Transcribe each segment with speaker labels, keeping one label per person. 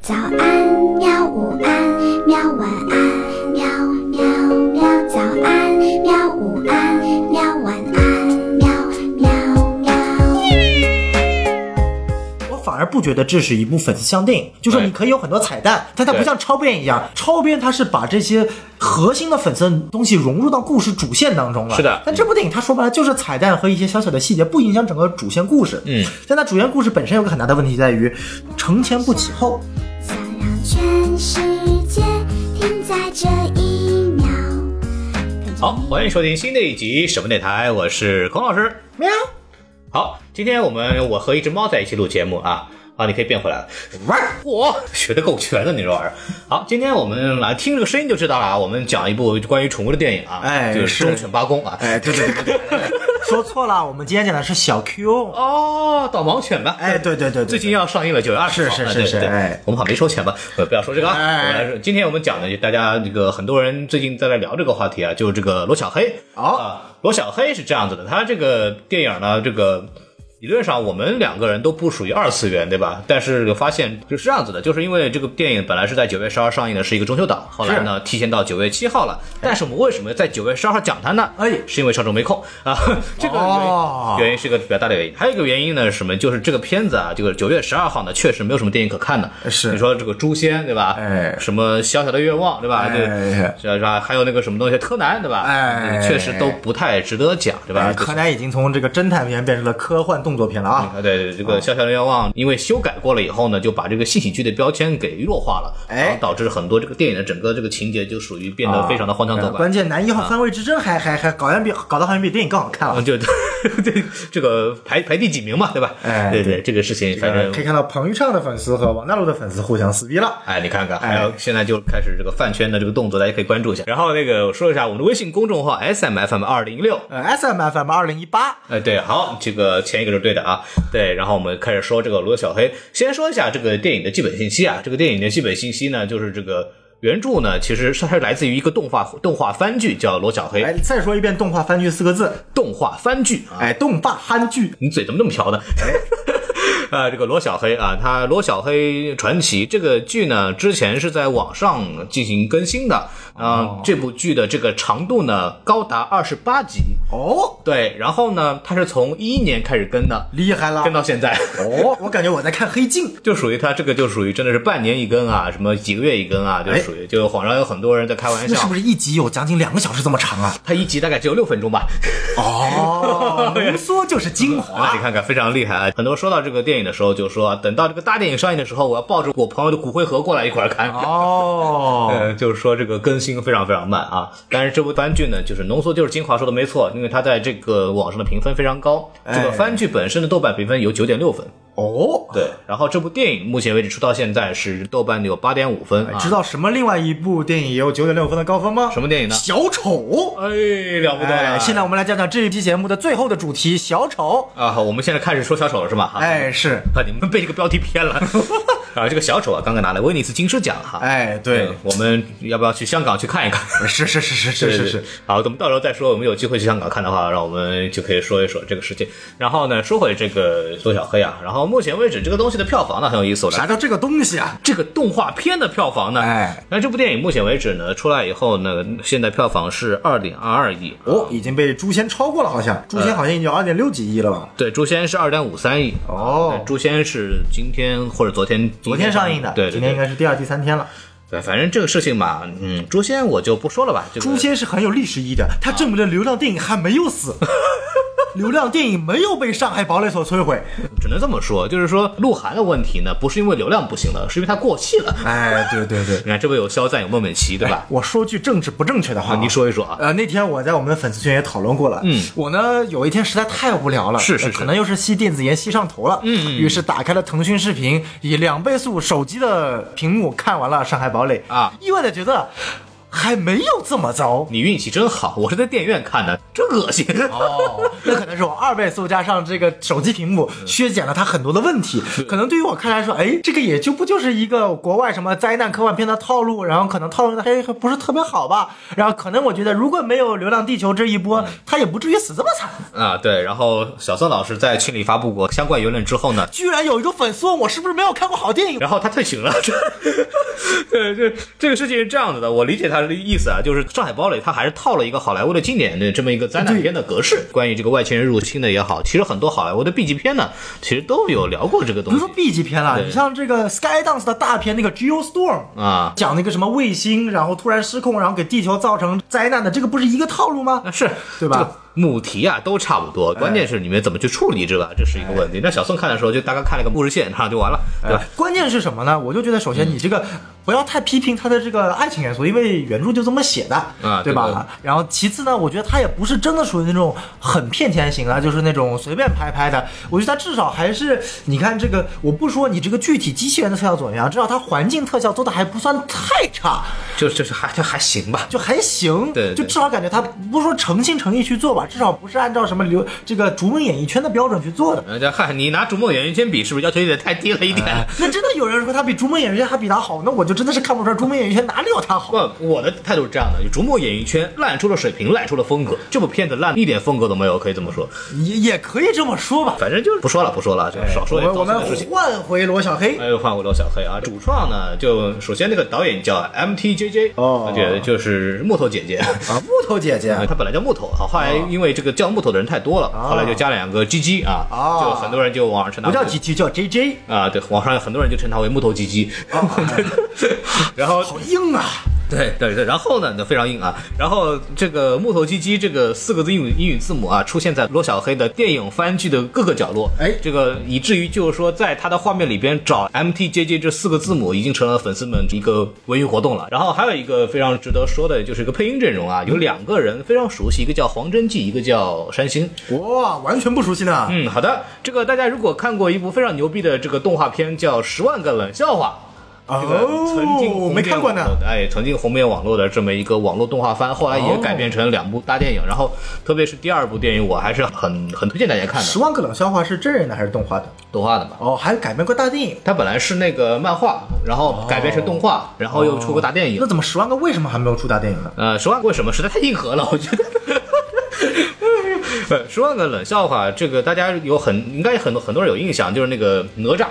Speaker 1: 早安，喵！午安，喵！晚安，喵！喵喵！早安，喵！午安，喵！晚安，喵！喵喵！
Speaker 2: 我反而不觉得这是一部粉丝向电影，就是
Speaker 3: 对
Speaker 2: 你可以有很多彩蛋，但它不
Speaker 3: 对
Speaker 2: 像超编一样，超编它是把这些核心的粉丝东西融入到故事主线当中了。
Speaker 3: 是的
Speaker 2: 但这部电影它说白了就是彩蛋和一些小小的细节，不影响整个主线故事。
Speaker 3: 嗯，
Speaker 2: 但它主线故事本身有个很大的问题在于承前不启后。
Speaker 1: 想让全世界停在这一秒。
Speaker 3: 好，欢迎收听新的一集什么电台，我是孔老师。
Speaker 2: 喵，
Speaker 3: 好，今天我们我和一只猫在一起录节目啊。啊，你可以变回来了。玩儿，我学的够全的，你这玩意儿。好，今天我们来听这个声音就知道了啊。我们讲一部关于宠物的电影啊，
Speaker 2: 哎
Speaker 3: 就是
Speaker 2: 是
Speaker 3: 《忠犬八公》啊。
Speaker 2: 哎，对对对对， 说错了，我们今天讲的是小 Q。
Speaker 3: 哦，导盲犬吧。
Speaker 2: 哎，对对对对，
Speaker 3: 最近要上映了，九月二十号。
Speaker 2: 是是
Speaker 3: 啊
Speaker 2: 是是
Speaker 3: 对对对
Speaker 2: 哎
Speaker 3: 我们好像没收钱吧？呃，不要说这个啊。
Speaker 2: 哎
Speaker 3: 我们来说，今天我们讲的，大家这个很多人最近在在聊这个话题啊，就是这个罗小黑。
Speaker 2: 哦
Speaker 3: 啊，罗小黑是这样子的，他这个电影呢，这个。理论上，我们两个人都不属于二次元，对吧？但是发现就是这样子的，就是因为这个电影本来是在九月十二上映的，是一个中秋档，后来呢提前到九月七号了。但是我们为什么在九月十二号讲它呢？
Speaker 2: 哎
Speaker 3: 是因为上周没空 啊，这个原因、
Speaker 2: 哦
Speaker 3: 原因是一个比较大的原因。还有一个原因呢是什么？就是这个片子啊，这个九月十二号呢，确实没有什么电影可看的。
Speaker 2: 是
Speaker 3: 你说这个《诛仙》对吧？
Speaker 2: 哎
Speaker 3: 什么小小的愿望对吧？
Speaker 2: 哎哎
Speaker 3: 对，是吧？还有那个什么东西，柯南对吧？
Speaker 2: 哎
Speaker 3: 确实都不太值得讲对吧？
Speaker 2: 哎，柯南已经从这个侦探片变成了科幻动作片了啊。
Speaker 3: 啊，对对，这个《小小的愿望》因为修改过了以后呢，就把这个新喜剧的标签给弱化了，
Speaker 2: 哎
Speaker 3: 然后导致很多这个电影的整个这个情节就属于变得非常的荒腔走
Speaker 2: 啊
Speaker 3: 板。
Speaker 2: 关键男一号番位之争还还还搞得比搞得好像比电影更好看
Speaker 3: 啊，
Speaker 2: 了。
Speaker 3: 就对这个排排第几名嘛，对吧？
Speaker 2: 哎
Speaker 3: 对对，这个事情反正
Speaker 2: 呃可以看到彭昱畅的粉丝和王大陆的粉丝互相撕逼了。
Speaker 3: 哎，你看看，
Speaker 2: 哎
Speaker 3: 还有现在就开始这个饭圈的这个动作，大家可以关注一下。然后那个我说一下我们的微信公众号 S M F M 二零六，
Speaker 2: 呃，S M F M 二零一八，
Speaker 3: 哎，对，好，这个前一个是对的啊，对，然后我们开始说这个罗小黑，先说一下这个电影的基本信息啊，这个电影的基本信息呢，就是这个原著呢，其实它是来自于一个动画动画番剧，叫《罗小黑》
Speaker 2: 哎，再说一遍动画番剧四个字，
Speaker 3: 动画番剧啊，
Speaker 2: 哎，动画憨剧，
Speaker 3: 你嘴怎么那么瓢呢？ 啊，这个罗小黑啊，他《罗小黑传奇》这个剧呢，之前是在网上进行更新的。嗯、这部剧的这个长度呢，高达二十八集。
Speaker 2: 哦，
Speaker 3: 对，然后呢，它是从一一年开始更的，
Speaker 2: 厉害了
Speaker 3: 更，到现在，
Speaker 2: 哦，我感觉我在看黑镜，
Speaker 3: 就属于它这个就属于真的是半年一更啊，什么几个月一更啊，就
Speaker 2: 哎
Speaker 3: 属于就网上有很多人在开玩
Speaker 2: 那是
Speaker 3: 笑
Speaker 2: 不，是一集有将近两个小时这么长啊？
Speaker 3: 它一集大概只有六分钟吧。
Speaker 2: 哦，浓缩就是精
Speaker 3: 啊，
Speaker 2: 华
Speaker 3: 你，看看非常厉害啊！很多说到这个电影的时候，就说等到这个大电影上映的时候，我要抱着我朋友的骨灰盒过来一块儿看。
Speaker 2: 哦，
Speaker 3: 呃，就是说这个更新非常非常慢啊，但是这部番剧呢，就是浓缩就是精华，说的没错，因为它在这个网上的评分非常高，这
Speaker 2: 哎
Speaker 3: 个番剧本身的豆瓣评分有九点六分，
Speaker 2: 哦，
Speaker 3: 对，然后这部电影目前为止出到现在是豆瓣有八点五分
Speaker 2: 哎
Speaker 3: 啊，
Speaker 2: 知道什么另外一部电影也有九点六分的高分吗？
Speaker 3: 什么电影呢？
Speaker 2: 小丑。
Speaker 3: 哎，了不得了！
Speaker 2: 哎，现在我们来讲讲这一期节目的最后的主题——小丑。
Speaker 3: 啊，好，我们现在开始说小丑了是吗？哈，
Speaker 2: 哎，是，
Speaker 3: 啊，你们被这个标题骗了 啊！这个小丑啊，刚刚拿了威尼斯金狮奖哈，
Speaker 2: 哎，对
Speaker 3: 嗯，，我们要不要去香港去看一 看？
Speaker 2: 是是是是是是
Speaker 3: 对
Speaker 2: 是，。
Speaker 3: 好，我们到时候再说，我们有机会去香港看的话，让我们就可以说一说这个事情。然后呢，说回这个罗小黑啊，然后目前为止这个东西的票房呢很有意思，我来
Speaker 2: 啥叫这个东西啊？
Speaker 3: 这个动画片的票房呢？
Speaker 2: 哎，
Speaker 3: 那这部电影目前为止呢出来以后呢，现在票房是二点二二亿。
Speaker 2: 哦，已经被《诛仙》超过了，好像《诛仙》
Speaker 3: 嗯
Speaker 2: 好像已经有二点六几亿了吧？
Speaker 3: 对，《诛仙》是二点五三亿。
Speaker 2: 哦
Speaker 3: 对诛呃仙》是今天或者昨天，
Speaker 2: 昨天上映的，
Speaker 3: 对，对
Speaker 2: 今天应该是第二、第三天了。
Speaker 3: 对，反正这个事情嘛，嗯，《诛仙》我就不说了吧。这
Speaker 2: 《
Speaker 3: 个
Speaker 2: 诛仙》是很有历史意义的，它证明了流量电影还没有 死，流量电影没有被上海堡垒所摧 毁。
Speaker 3: 只能这么说，就是说鹿晗的问题呢，不是因为流量不行了，是因为他过气了。
Speaker 2: 哎，对对 对，
Speaker 3: 你看，这不有肖战，有孟美岐，对吧？
Speaker 2: 我说句政治不正确的话
Speaker 3: 啊，
Speaker 2: 啊，
Speaker 3: 你说一说啊。
Speaker 2: 呃，那天我在我们的粉丝群也讨论过了。
Speaker 3: 嗯，
Speaker 2: 我呢有一天实在太无聊了，
Speaker 3: 是是是
Speaker 2: 可能又是吸电子烟吸上头了。嗯于是打开了腾讯视频，以两倍速手机的屏幕看完了《上海堡垒》
Speaker 3: 啊
Speaker 2: 意外的觉得。还没有这么糟。
Speaker 3: 你运气真好，我是在电影院看的，真恶心。
Speaker 2: 哦， 那可能是我二倍速加上这个手机屏幕
Speaker 3: 嗯
Speaker 2: 削减了它很多的问题。可能对于我看来说，哎，这个也就不就是一个国外什么灾难科幻片的套路，然后可能套路的还还不是特别好吧。然后可能我觉得，如果没有《流浪地球》这一
Speaker 3: 嗯
Speaker 2: 波，它也不至于死这么惨。
Speaker 3: 啊，对，然后小宋老师在群里发布过相关言论之后呢，
Speaker 2: 居然有一个粉丝问我是不是没有看过好 电影，
Speaker 3: 然后他退群了。对，这这个事情是这样子的，我理解他的意思啊，就是《上海堡垒》它还是套了一个好莱坞的经典的这么一个灾难片的格式。关于这个外星人入侵的也好，其实很多好莱坞的 B 级片呢，其实都有聊过这个
Speaker 2: 比
Speaker 3: 东
Speaker 2: 如
Speaker 3: 西
Speaker 2: 说 B 级片了，
Speaker 3: 对
Speaker 2: 你像这个 Skydance 的大片那个 Geostorm。
Speaker 3: 啊。
Speaker 2: 讲那个什么卫星，然后突然失控，然后给地球造成灾难的，这个不是一个套路吗？
Speaker 3: 那是
Speaker 2: 对吧？
Speaker 3: 这个母题啊都差不多，关键是你们怎么去处理，这吧？这是一个问题。那小宋看的时候就大概看了个故事线，哈，就完了，对嗯吧？
Speaker 2: 哎关键是什么呢？我就觉得，首先你这个不要太批评它的这个爱情元素，因为原著就这么写的，
Speaker 3: 啊
Speaker 2: 对吧？
Speaker 3: 对的
Speaker 2: 然后其次呢，我觉得它也不是真的属于那种很骗钱型啊，就是那种随便拍拍的。我觉得它至少还是，你看这个，我不说你这个具体机器人的特效怎么样，至少它环境特效做的还不算太差，
Speaker 3: 就 就是还就还行吧，
Speaker 2: 就还行，
Speaker 3: 对对
Speaker 2: 就至少感觉它不是说诚心诚意去做吧，至少不是按照什么流这个逐梦演艺圈的标准去做的。
Speaker 3: 人家嗨，呃 你拿逐梦演员先比，是不是要求有点太低了一点？
Speaker 2: 那真的有人说他比《逐梦演艺圈》还比他好，那我就真的是看不出来《逐梦演艺圈》哪里有他好。
Speaker 3: 不，我的态度是这样的：就逐梦演艺圈烂出了水平，烂出了风格。这部片子烂一点风格都没有，可以这么说。
Speaker 2: 也也可以这么说吧。
Speaker 3: 反正就是不说了，不说了，就少说
Speaker 2: 我们我
Speaker 3: 点糟心
Speaker 2: 们
Speaker 3: 的事情。
Speaker 2: 换回罗小黑，
Speaker 3: 哎呦，换我罗小黑啊！主创呢，就首先那个导演叫 M T J J，
Speaker 2: 哦
Speaker 3: 对，就是木头姐姐。
Speaker 2: 啊，木头姐姐
Speaker 3: 啊，他本来叫木头，好，后来
Speaker 2: 哦
Speaker 3: 因为这个叫木头的人太多了，后来就加两个 G G 啊，
Speaker 2: 哦
Speaker 3: 就很多人就网上称他
Speaker 2: 不叫
Speaker 3: 为
Speaker 2: G G，叫 J J，
Speaker 3: 啊，对，网上很多人就称他为木头 G G，然
Speaker 2: 哦
Speaker 3: 后
Speaker 2: 好硬啊！
Speaker 3: 对对对，然后呢，那非常硬啊。然后这个木头鸡鸡这个四个字英语英语字母啊，出现在罗小黑的电影番剧的各个角落。
Speaker 2: 哎
Speaker 3: 这个以至于就是说，在他的画面里边找 MTJJ 这四个字母，已经成了粉丝们一个文娱活动了。然后还有一个非常值得说的，就是一个配音阵容啊，有两个人非常熟悉，一个叫黄真纪，一个叫山星。
Speaker 2: 哇，完全不熟悉呢。
Speaker 3: 嗯，好的，这个大家如果看过一部非常牛逼的这个动画片，叫《十万个冷笑话》。这个曾经
Speaker 2: 哦
Speaker 3: 红，遍
Speaker 2: 没看过呢
Speaker 3: 网。络的，哎，曾经红遍网络的这么一个网络动画番，后来也
Speaker 2: 哦
Speaker 3: 改编成两部大电影，然后特别是第二部电影，我还是很很推荐大家看
Speaker 2: 十
Speaker 3: 的，
Speaker 2: 万个冷笑话是真人的还是动画的？
Speaker 3: 动画的嘛。
Speaker 2: 哦，还改编过大电影。
Speaker 3: 它本来是那个漫画，然
Speaker 2: 哦
Speaker 3: 后改编成动画，然后又出过大电影
Speaker 2: 那。怎么十万个为什么还没有出大电影呢？
Speaker 3: 呃，十万个为什么实在太硬核了，我觉得。 呃，十万个冷笑话，这个大家有很应该很多很多人有印象，就是那个哪吒，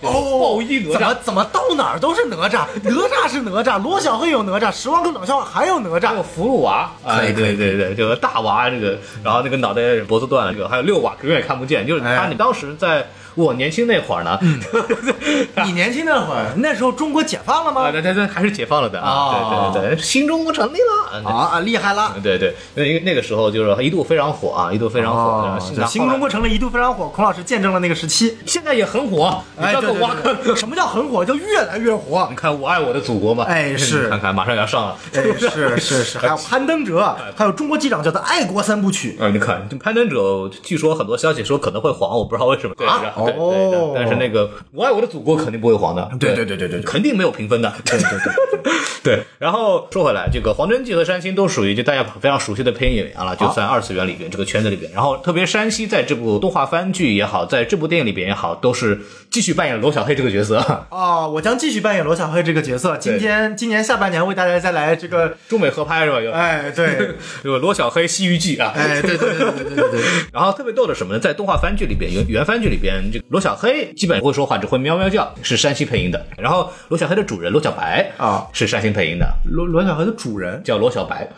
Speaker 2: 哦
Speaker 3: 暴衣哪
Speaker 2: 怎么
Speaker 3: 吒。
Speaker 2: 怎么到哪儿都是哪吒？哪吒是哪吒，罗小黑有哪吒，十万个冷笑话还有哪
Speaker 3: 还有
Speaker 2: 吒。
Speaker 3: 葫芦娃，嗯
Speaker 2: 可以
Speaker 3: 哎，
Speaker 2: 可
Speaker 3: 对对对，这个大娃这个，然后那个脑袋脖子断了，这个还有六娃永远看不见，就是他，
Speaker 2: 哎
Speaker 3: 你当时在我年轻那会儿呢，
Speaker 2: 你年轻那会儿，那时候中国解放了
Speaker 3: 啊，
Speaker 2: 吗？
Speaker 3: 对对对，还是解放了的啊，
Speaker 2: 哦
Speaker 3: 对对对，新中国成立了。啊
Speaker 2: 啊，厉害了！
Speaker 3: 对对，因为那个时候就是一度非常火啊，一度非常火，然后
Speaker 2: 就呃新中
Speaker 3: 国
Speaker 2: 国成立一度非常火，孔老师见证了那个时期。
Speaker 3: 现在也很火，你
Speaker 2: 哎
Speaker 3: 不要给我挖 坑。
Speaker 2: 什么叫很火？叫越来越火
Speaker 3: 你。看《我爱我的祖国》嘛，
Speaker 2: 哎是
Speaker 3: 你看看马上要上了，
Speaker 2: 哎， 是是哎是，还有攀登者，还有中国机长叫做爱国三部曲。
Speaker 3: 啊，你看，这攀登者，据说很多消息说可能会黄，我不知道为什么。对，
Speaker 2: 啊
Speaker 3: 对对对
Speaker 2: 哦
Speaker 3: 但是那个《我爱我的祖国》肯定不会黄的。
Speaker 2: 对对对对对对
Speaker 3: 肯定没有评分的。对对对 对。然后说回来，这个黄真纪和山西都属于就大家非常熟悉的配音演员了，就算二次元里边这个圈子里边。然后特别山西在这部动画番剧也好，在这部电影里边也好，都是继续扮演罗小黑这个角色。
Speaker 2: 哦，我将继续扮演罗小黑这个角色。今天今年下半年为大家带来这个，
Speaker 3: 中美合拍是吧？又
Speaker 2: 哎，对，
Speaker 3: 有罗小黑《西域记》啊，
Speaker 2: 哎，对对对对对对对，
Speaker 3: 然后特别逗的是什么呢？在动画番剧里边，原原番剧里边，这个罗小黑基本不会说话，只会喵喵叫，是山西配音的。然后罗小黑的主人罗小白
Speaker 2: 啊
Speaker 3: 是山西配音的，
Speaker 2: 罗罗小黑的主人，
Speaker 3: 叫罗小白。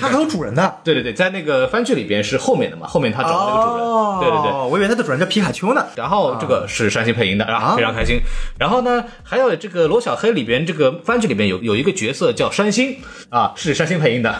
Speaker 2: 他还有主人的。
Speaker 3: 对对对，在那个番剧里边是后面的嘛，后面他找到那个主人，
Speaker 2: 哦
Speaker 3: 对对对。，
Speaker 2: 我以为他的主人叫皮卡丘呢。
Speaker 3: 然后这个是山西配音的，啊，非常开心。然后呢，还有这个罗小黑里边这个番剧里边有有一个角色叫山星啊，是山星配音的，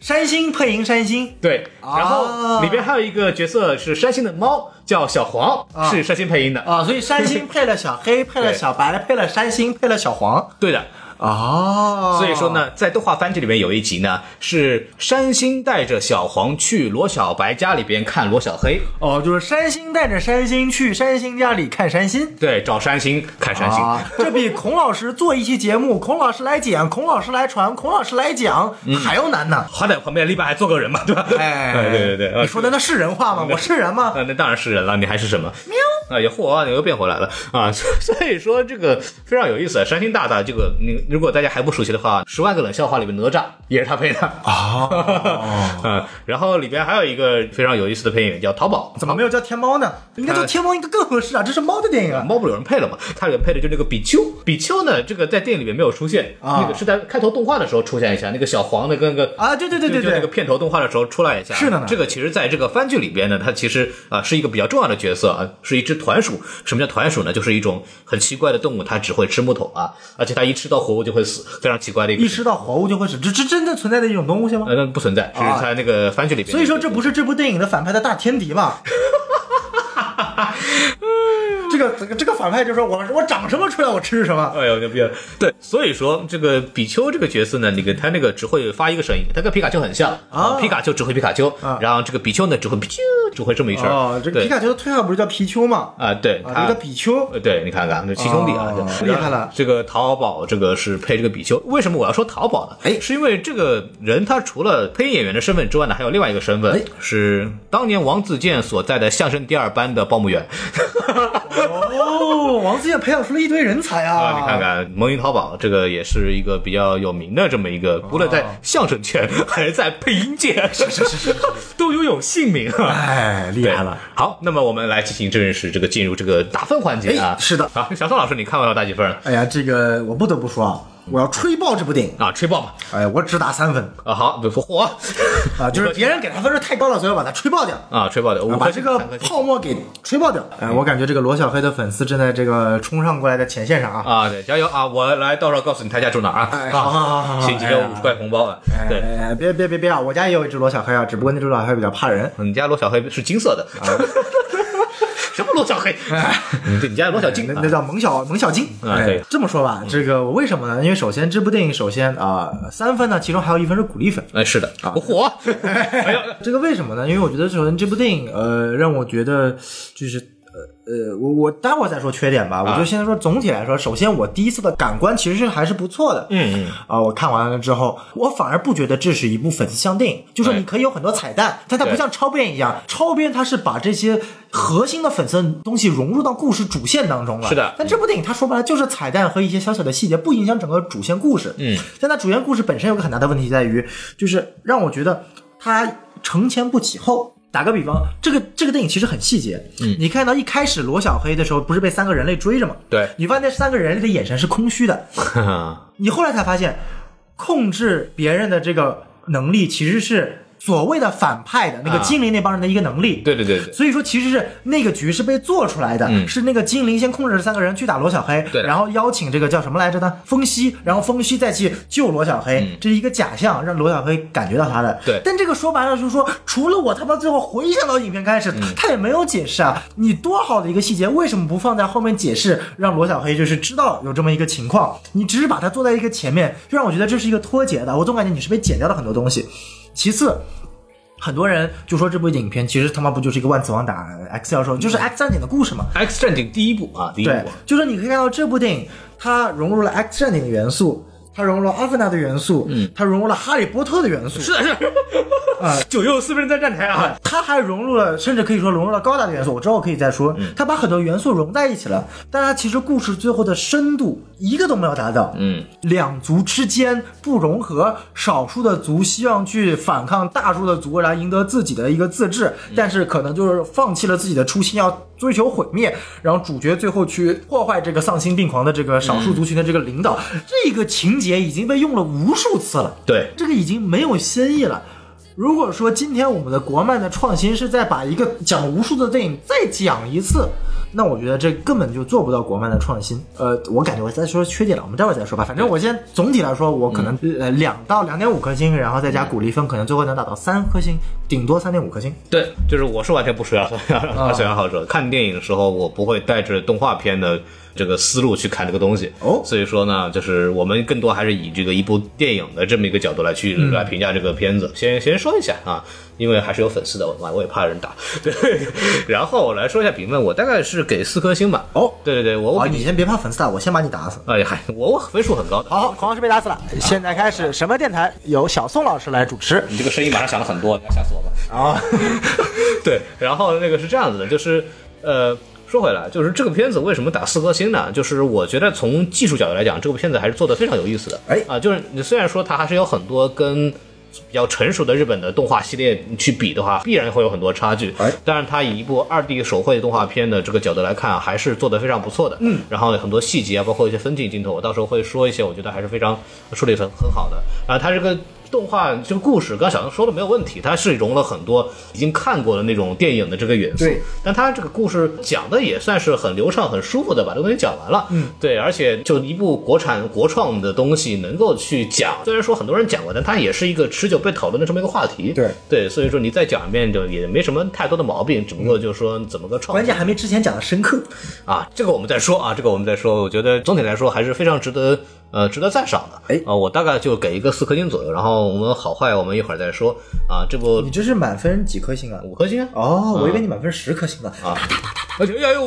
Speaker 2: 山星配音山星，
Speaker 3: 对。然后
Speaker 2: 啊
Speaker 3: 里边还有一个角色是山星的猫，叫小黄，
Speaker 2: 啊
Speaker 3: 是山星配音的。
Speaker 2: 啊，所以山星配了小黑，配了小白，配了山星，配了小黄。
Speaker 3: 对的，
Speaker 2: 哦，
Speaker 3: 所以说，呢，在动画番剧里面有一集呢，是山星带着小黄去罗小白家里边看罗小黑，
Speaker 2: 哦，就是山星带着山星去山星家里看山星。
Speaker 3: 对，找山星看山星。
Speaker 2: 啊，这比孔老师做一期节目，孔老师来讲，孔老师来传，孔老师来讲还要难呢。
Speaker 3: 好歹旁边篱笆还坐个人嗯嘛，对吧？
Speaker 2: 哎，
Speaker 3: 对对对，啊
Speaker 2: 你说的那是人话吗？我是人吗？
Speaker 3: 啊，那当然是人了，你还是什么？喵！啊，也嚯啊，你又变回来了 啊！所所以说这个非常有意思。啊，山星大大这个，你如果大家还不熟悉的话，《十万个冷笑话》里面哪吒也是他配的
Speaker 2: 哦
Speaker 3: 啊。嗯，然后里边还有一个非常有意思的配音员叫淘宝，
Speaker 2: 怎么没有叫天猫呢？应
Speaker 3: 哎
Speaker 2: 该叫天猫应该更合适啊，这是猫的电影啊。
Speaker 3: 猫不是有人配了吗？它里面配的就是那个比丘，比丘呢，这个在电影里面没有出现，
Speaker 2: 啊
Speaker 3: 那个是在开头动画的时候出现一下，那个小黄的跟个
Speaker 2: 啊对对对对
Speaker 3: 就就那
Speaker 2: 对
Speaker 3: 个片头动画的时候出来一下，
Speaker 2: 是的呢
Speaker 3: 这个其实在这个番剧里边呢，它其实啊、是一个比较重要的角色啊，是一只团鼠。什么叫团鼠呢？就是一种很奇怪的动物，它只会吃木头啊，而且它一吃到活物就会死，非常奇怪的一个
Speaker 2: 一
Speaker 3: 事情。
Speaker 2: 吃到活物就会死，这这真的存在的一种东西吗？
Speaker 3: 呃，那不存在，是
Speaker 2: 啊
Speaker 3: 它那个番剧里边。
Speaker 2: 所以说这不是这部电影的反派的大天敌吧？ 这个这个这个反派就说我我长什么出来我吃什么，
Speaker 3: 哎呦牛逼了！对，所以说这个比丘这个角色呢，你跟他那个只会发一个声音，他跟皮卡丘很像
Speaker 2: 啊
Speaker 3: 皮卡丘只会皮卡丘，
Speaker 2: 啊
Speaker 3: 然后这个比丘呢只会皮丘，只会这么一声儿。
Speaker 2: 哦，这个
Speaker 3: 对
Speaker 2: 皮卡丘的推号不是叫皮丘吗？
Speaker 3: 啊，对，
Speaker 2: 啊，这
Speaker 3: 他
Speaker 2: 个比丘
Speaker 3: 呃对，你看看，这亲兄弟啊，
Speaker 2: 哦
Speaker 3: 这
Speaker 2: 厉害了
Speaker 3: 这个淘宝这个是配这个比丘，为什么我要说淘宝呢？哎，是因为这个人他除了配音演员的身份之外呢，还有另外一个身份，
Speaker 2: 哎
Speaker 3: 是当年王自健所在的相声第二班的报幕员。
Speaker 2: 哦，王自健培养出了一堆人才啊！
Speaker 3: 啊，你看看蒙云淘宝这个也是一个比较有名的这么一个，无论
Speaker 2: 哦
Speaker 3: 在相声圈还是在配音界，是是是， 都拥有姓名啊。
Speaker 2: 哎，厉
Speaker 3: 对
Speaker 2: 害了！。
Speaker 3: 好，那么我们来进行正式这个进入这个打分环节啊
Speaker 2: 哎。是的
Speaker 3: 好，小宋老师，你看完了打几分了？
Speaker 2: 哎呀，这个我不得不说啊，我要吹爆这部电影。
Speaker 3: 啊，吹爆吧！
Speaker 2: 哎，我只打三分
Speaker 3: 啊，好，不火嗯
Speaker 2: 啊，就是别人给他分数太高了，所以我把它吹爆掉。
Speaker 3: 啊，吹爆的，我
Speaker 2: 把这个泡沫给吹爆掉！
Speaker 3: 嗯
Speaker 2: 哎，我感觉这个罗小黑的粉丝正在这个冲上过来的前线上啊！
Speaker 3: 啊，对，加油啊！我来到时候告诉你他家住哪儿啊。
Speaker 2: 哎好好好好好
Speaker 3: 请记得五十块红包啊。对，
Speaker 2: 哎，别别别别啊！我家也有一只罗小黑啊，只不过那只罗小黑比较怕人。
Speaker 3: 你家罗小黑是金色的。
Speaker 2: 哎
Speaker 3: 什么罗小黑？嗯对，你家罗小金
Speaker 2: 那
Speaker 3: 啊
Speaker 2: 那叫萌小萌小精，
Speaker 3: 啊对
Speaker 2: 哎，这么说吧，这个我为什么呢？因为首先这部电影，首先啊、三分呢，其中还有一分是鼓励分。
Speaker 3: 哎，是的，我火，哎呦，
Speaker 2: 这个为什么呢？因为我觉得首先这部电影，呃，让我觉得就是呃呃，我我待会儿再说缺点吧。我
Speaker 3: 啊
Speaker 2: 就现在说总体来说，首先我第一次的感官其实是还是不错的。
Speaker 3: 嗯嗯
Speaker 2: 啊、我看完了之后，我反而不觉得这是一部粉丝向电影，就是
Speaker 3: 对
Speaker 2: 你可以有很多彩蛋，但它不
Speaker 3: 对
Speaker 2: 像超编一样，超编它是把这些核心的粉丝的东西融入到故事主线当中了。
Speaker 3: 是的
Speaker 2: 但这部电影它说白了就是彩蛋和一些小小的细节，不影响整个主线故事。
Speaker 3: 嗯，
Speaker 2: 但它主线故事本身有个很大的问题在于，就是让我觉得它承前不启后。打个比方，这个这个电影其实很细节。嗯，你看到一开始罗小黑的时候，不是被三个人类追着吗？
Speaker 3: 对
Speaker 2: 你发现那三个人类的眼神是空虚的，你后来才发现，控制别人的这个能力其实是所谓的反派的那个
Speaker 3: 啊
Speaker 2: 精灵那帮人的一个能力。
Speaker 3: 对对对对，
Speaker 2: 所以说，其实是那个局是被做出来的，是那个精灵先控制着三个人去打罗小黑，
Speaker 3: 嗯对的
Speaker 2: 然后邀请这个叫什么来着呢？风息，然后风息再去救罗小黑，这是一个假象，让罗小黑感觉到他的。
Speaker 3: 嗯对
Speaker 2: 但这个说白了就是说，除了我他妈最后回想到影片开始，
Speaker 3: 嗯
Speaker 2: 他也没有解释啊。你多好的一个细节，为什么不放在后面解释，让罗小黑就是知道有这么一个情况？你只是把它做在一个前面，就让我觉得这是一个脱节的，我总感觉你是被剪掉了很多东西。其次，很多人就说这部影片其实他妈不就是一个万磁王打 X 教授，就是 X 战警的故事嘛。
Speaker 3: X 战警》第一部啊，第一
Speaker 2: 对
Speaker 3: 部，
Speaker 2: 就是你可以看到这部电影，它融入了 X 战警的元素，它融入了阿凡达的元素，嗯，它融入了哈利波特的元素，
Speaker 3: 是的，是啊，九又四分在站台啊，
Speaker 2: 它还融入了，甚至可以说融入了高达的元素。我之后可以再说，它把很多元素融在一起了，但它其实故事最后的深度一个都没有达到。
Speaker 3: 嗯，
Speaker 2: 两族之间不融合，少数的族希望去反抗大数的族，来赢得自己的一个自治，但是可能就是放弃了自己的初心，要追求毁灭。然后主角最后去破坏这个丧心病狂的这个少数族群的这个领导，这个情节已经被用了无数次了。
Speaker 3: 对，
Speaker 2: 这个已经没有新意了。如果说今天我们的国漫的创新是在把一个讲无数的电影再讲一次，那我觉得这根本就做不到国漫的创新。呃，我感觉我再说缺点了，我们待会儿再说吧。反正
Speaker 4: 嗯
Speaker 2: 我先总体来说，我可能、呃两到两点五颗星，然后再加鼓励分，可能最后能打到三颗星，顶多三点五颗星。
Speaker 3: 对， 就是我是完全不水啊，水啊好说。看电影的时候，我不会带着动画片的这个思路去看这个东西。
Speaker 2: 哦
Speaker 3: 所以说呢，就是我们更多还是以这个一部电影的这么一个角度来去、来评价这个片子。先先说一下啊，因为还是有粉丝的，我妈我也怕人打。 对，然后我来说一下评分，我大概是给四颗星吧。
Speaker 2: 哦
Speaker 3: 对对对，我我
Speaker 4: 好，
Speaker 3: 比
Speaker 4: 你先别怕粉丝打，啊我先把你打死。
Speaker 3: 哎嗨，我我分数很高的。
Speaker 2: 好，孔老师被打死了。现在开始，什么电台由小宋老师来主持？
Speaker 3: 你这个声音马上响了很多，你要吓死我吧？
Speaker 2: 啊，
Speaker 3: 对，然后那个是这样子的，就是呃，说回来，就是这个片子为什么打四颗星呢？就是我觉得从技术角度来讲，这个片子还是做的非常有意思的。
Speaker 4: 哎
Speaker 3: 啊，就是你虽然说它还是有很多跟。比较成熟的日本的动画系列去比的话，必然会有很多差距。
Speaker 4: 哎
Speaker 3: 当然，它以一部二 D 手绘动画片的这个角度来看啊，还是做的非常不错的。嗯，然后很多细节啊，包括一些分镜镜头，我到时候会说一些，我觉得还是非常处理很很好的。然后它这个动画这个故事，刚刚小杨说的没有问题，它是融了很多已经看过的那种电影的这个元素
Speaker 4: 对。
Speaker 3: 但它这个故事讲的也算是很流畅、很舒服的把这个东西讲完了。嗯，对，而且就一部国产国创的东西能够去讲，虽然说很多人讲过，但它也是一个持久被讨论的这么一个话题。
Speaker 4: 对
Speaker 3: 对，所以说你再讲一遍就也没什么太多的毛病，只不过就是说怎么个创
Speaker 4: 关键还没之前讲的深刻。
Speaker 3: 啊，这个我们再说啊，这个我们再说。我觉得总体来说还是非常值得呃值得赞赏的。
Speaker 4: 哎
Speaker 3: 啊、我大概就给一个四颗星左右，然后我们好坏我们一会儿再说啊。这部
Speaker 4: 你这是满分几颗星啊？
Speaker 3: 五颗星啊，
Speaker 4: 哦，我以为你满分十颗星呢。
Speaker 3: 而且哎 呦，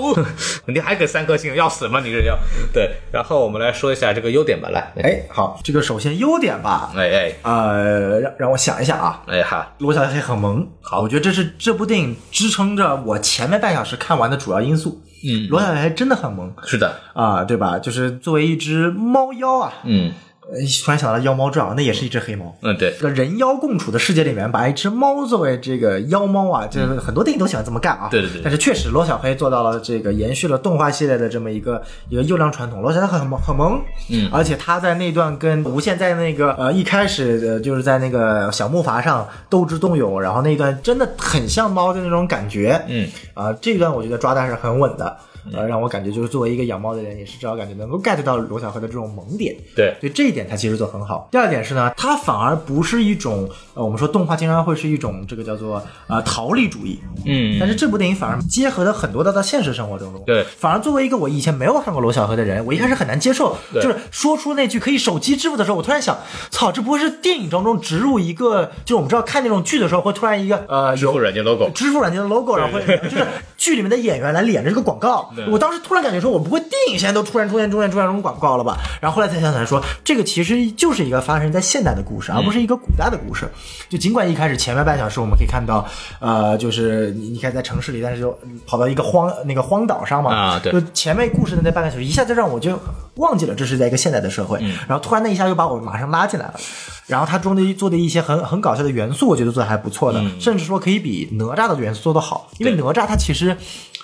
Speaker 3: 你还给三颗星，要死吗？你这要对。然后我们来说一下这个优点吧，来，哎
Speaker 4: 哎，好，
Speaker 2: 这个首先优点吧，
Speaker 3: 哎哎
Speaker 4: 呃，让让我想一下啊。
Speaker 3: 哎哈，
Speaker 2: 罗小黑很萌，
Speaker 3: 好
Speaker 2: 我觉得这是这部电影支撑着我前面半小时看完的主要因素。
Speaker 3: 嗯
Speaker 2: 罗小黑真的很萌
Speaker 3: 是的，
Speaker 2: 啊、对吧？就是作为一只猫妖啊，
Speaker 3: 嗯
Speaker 2: 呃突然想到了《妖猫传》，那也是一只黑猫。
Speaker 3: 嗯对
Speaker 2: 这个人妖共处的世界里面，把一只猫作为这个妖猫啊，这很多电影都喜欢这么干啊。
Speaker 3: 嗯对对对
Speaker 2: 但是确实，罗小黑做到了这个延续了动画系列的这么一个一个优良传统。罗小黑很很萌，
Speaker 3: 嗯
Speaker 2: 而且他在那段跟无限在那个呃一开始呃就是在那个小木筏上斗智斗勇，然后那段真的很像猫的那种感觉。
Speaker 3: 嗯
Speaker 2: 啊、这一段我觉得抓的还是很稳的。呃，让我感觉就是作为一个养猫的人，也是至少感觉能够 get 到罗小黑的这种萌点。
Speaker 3: 对
Speaker 2: 对这一点他其实做得很好。第二点是呢，它反而不是一种呃，我们说动画经常会是一种这个叫做呃逃离主义，
Speaker 3: 嗯
Speaker 2: 但是这部电影反而结合了很多的到现实生活当中。
Speaker 3: 对
Speaker 2: 反而作为一个我以前没有看过罗小黑的人，我一开始很难接受，
Speaker 3: 对
Speaker 2: 就是说出那句可以手机支付的时候，我突然想，操，这不会是电影当中植入一个，就是我们知道看那种剧的时候会突然一个呃
Speaker 3: 支付软件 logo
Speaker 2: 支付软件的 logo，然后会 就是剧里面的演员来演这个广告
Speaker 3: 对。
Speaker 2: 我当时突然感觉说，我不会电影现在都突然出现出现出现这种广告了吧？然后后来才想起来说，这个其实就是一个发生在现代的故
Speaker 3: 嗯
Speaker 2: 事，而不是一个古代的故事。就尽管一开始前面半小时我们可以看到，呃，就是你你看在城市里，但是就跑到一个荒那个荒岛上嘛，
Speaker 3: 啊对
Speaker 2: 就前面故事的那半个小时，一下就让我就忘记了这是在一个现代的社会，
Speaker 3: 嗯
Speaker 2: 然后突然那一下又把我马上拉进来了。然后它中间做的一些很很搞笑的元素，我觉得做的还不错的，甚至说可以比哪吒的元素做得好，因为
Speaker 3: 嗯对
Speaker 2: 哪吒它其实。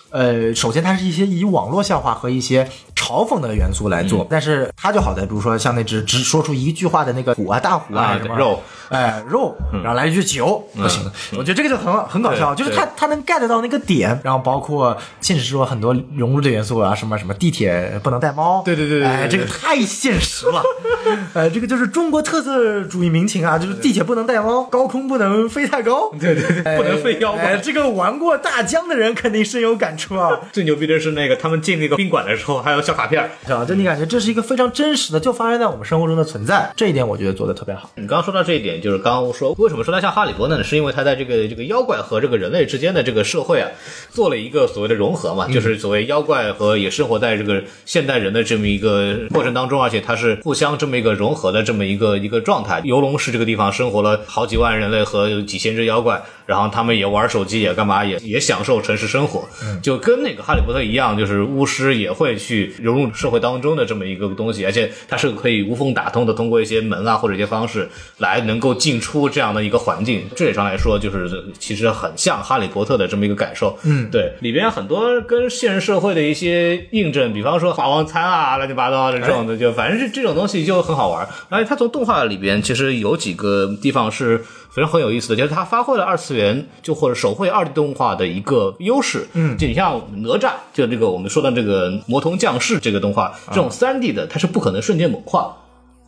Speaker 2: 呃，首先它是一些以网络笑话和一些嘲讽的元素来
Speaker 3: 嗯
Speaker 2: 做，但是它就好在，比如说像那只只说出一句话的那个虎啊、大虎
Speaker 3: 啊
Speaker 2: 什么
Speaker 3: 对肉，
Speaker 2: 哎肉，然后来一句酒，不行，我觉得这个就很很搞笑，
Speaker 3: 嗯对
Speaker 2: 就是它
Speaker 3: 对
Speaker 2: 他能 get 到那个点，然后包括现实中很多融入的元素啊，什么什么地铁不能带猫，
Speaker 3: 对对对对对
Speaker 2: 哎，
Speaker 3: 对
Speaker 2: 这个太现实了， 呃，这个就是中国特色主义民情啊，就是地铁不能带猫，高空不能飞太高， 对对对
Speaker 3: 不能飞高
Speaker 2: 哎，这个玩过大江的人肯定深有感触啊，
Speaker 3: 最牛逼的是那个他们进那个宾馆的时候还有小卡片儿，
Speaker 2: 是吧？就你感觉这是一个非常真实的，就发生在我们生活中的存在，这一点我觉得做的特别好。
Speaker 3: 你刚刚说到这一点，就是刚刚我说为什么说它像哈利波特呢？是因为它在这个这个妖怪和这个人类之间的这个社会啊，做了一个所谓的融合嘛，就是所谓妖怪和也生活在这个现代人的这么一个过程当中，而且它是互相这么一个融合的这么一个一个状态。游龙市这个地方生活了好几万人类和有几千只妖怪，然后他们也玩手机，也干嘛，也也享受城市生活，就跟那个哈利波特一样，就是巫师也会去融入社会当中的这么一个东西，而且它是可以无缝打通的，通过一些门啊或者一些方式来能够进出这样的一个环境。这点上来说，就是其实很像哈利波特的这么一个感受。嗯，对，里边很多跟现实社会的一些印证，比方说霸王餐啊、乱七八糟的这种的，就反正是这种东西就很好玩。而且它从动画里边其实有几个地方是。非常很有意思的，就是它发挥了二次元就或者手绘二 D 动画的一个优势。嗯，就你像哪吒，就啊这个我们说的这个《魔童降世》这个动画，这种三 D 的它是不可能瞬间萌化。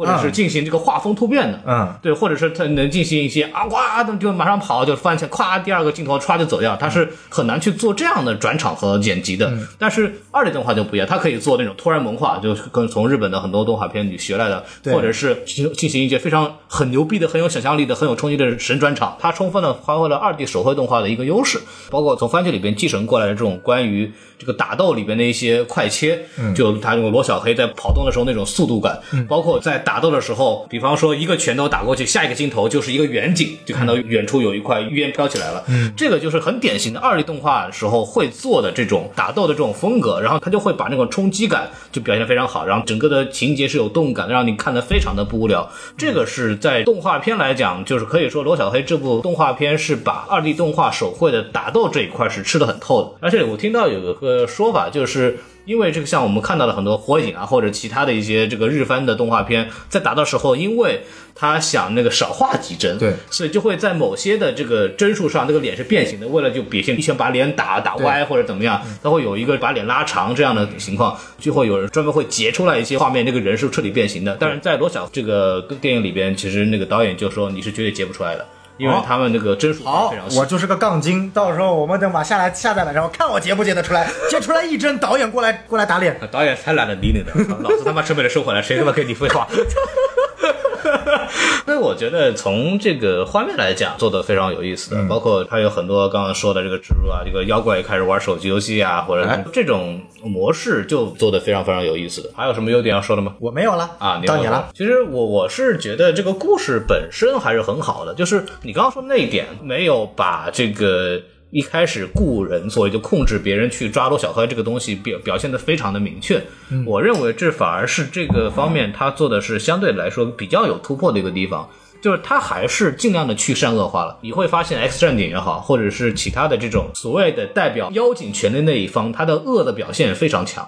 Speaker 3: 或者是进行这个画风突变的，
Speaker 2: 嗯
Speaker 3: 对，或者是他能进行一些啊哇，那就马上跑就翻起来，咵，第二个镜头歘就走掉，他是很难去做这样的转场和剪辑的。但是二 D 动画就不一样，它可以做那种突然萌化，就跟从日本的很多动画片里学来的，或者是进进行一些非常很牛逼的、很有想象力的、很有冲击力的神转场，它充分的发挥了二 D 手绘动画的一个优势，包括从番剧里边继承过来的这种关于这个打斗里边的一些快切，就他用罗小黑在跑动的时候那种速度感，包括在打斗的时候，比方说一个拳头打过去，下一个镜头就是一个远景，就看到远处有一块烟飘起来了，这个就是很典型的二 D 动画时候会做的这种打斗的这种风格，然后他就会把那种冲击感就表现得非常好，然后整个的情节是有动感的，让你看得非常的不无聊。这个是在动画片来讲，就是可以说罗小黑这部动画片是把二 D 动画手绘的打斗这一块是吃得很透的。而且我听到有个说法就是。因为这个，像我们看到了很多火影啊，或者其他的一些这个日番的动画片，在打斗时候，因为他想那个少画几帧，
Speaker 2: 对
Speaker 3: 所以就会在某些的这个帧数上，这个脸是变形的，为了就比现一拳把脸打打歪或者怎么样，它会有一个把脸拉长这样的情况，就会有人专门会截出来一些画面，这个人是彻底变形的。但是在罗小这个电影里边，其实那个导演就说你是绝对截不出来的，因为
Speaker 2: 哦
Speaker 3: 他们那个帧数
Speaker 2: 好
Speaker 3: 非常，小。
Speaker 2: 我就是个杠精，到时候我们等把下来下载了，然后看我截不截得出来，截出来一帧，导演过来过来打脸。
Speaker 3: 导演才懒得理你呢，老子他妈成本收回来，谁他妈跟你废话？所以我觉得从这个画面来讲，做的非常有意思的，包括它有很多刚刚说的这个植入啊，这个妖怪也开始玩手机游戏啊，或者
Speaker 2: 哎
Speaker 3: 这种模式就做的非常非常有意思的。还有什么优点要说的吗？
Speaker 2: 我没有了
Speaker 3: 啊，
Speaker 2: 到
Speaker 3: 问
Speaker 2: 你
Speaker 3: 我
Speaker 2: 了。。
Speaker 3: 其实我我是觉得这个故事本身还是很好的，就是你刚刚说那一点，没有把这个一开始雇人所谓就控制别人去抓罗小黑这个东西表表现的非常的明确。
Speaker 2: 嗯
Speaker 3: 我认为这反而是这个方面他做的是相对来说比较有突破的一个地方。就是他还是尽量的去善恶化了。你会发现，《X 战警》也好，或者是其他的这种所谓的代表妖精权的那一方，他的恶的表现非常强。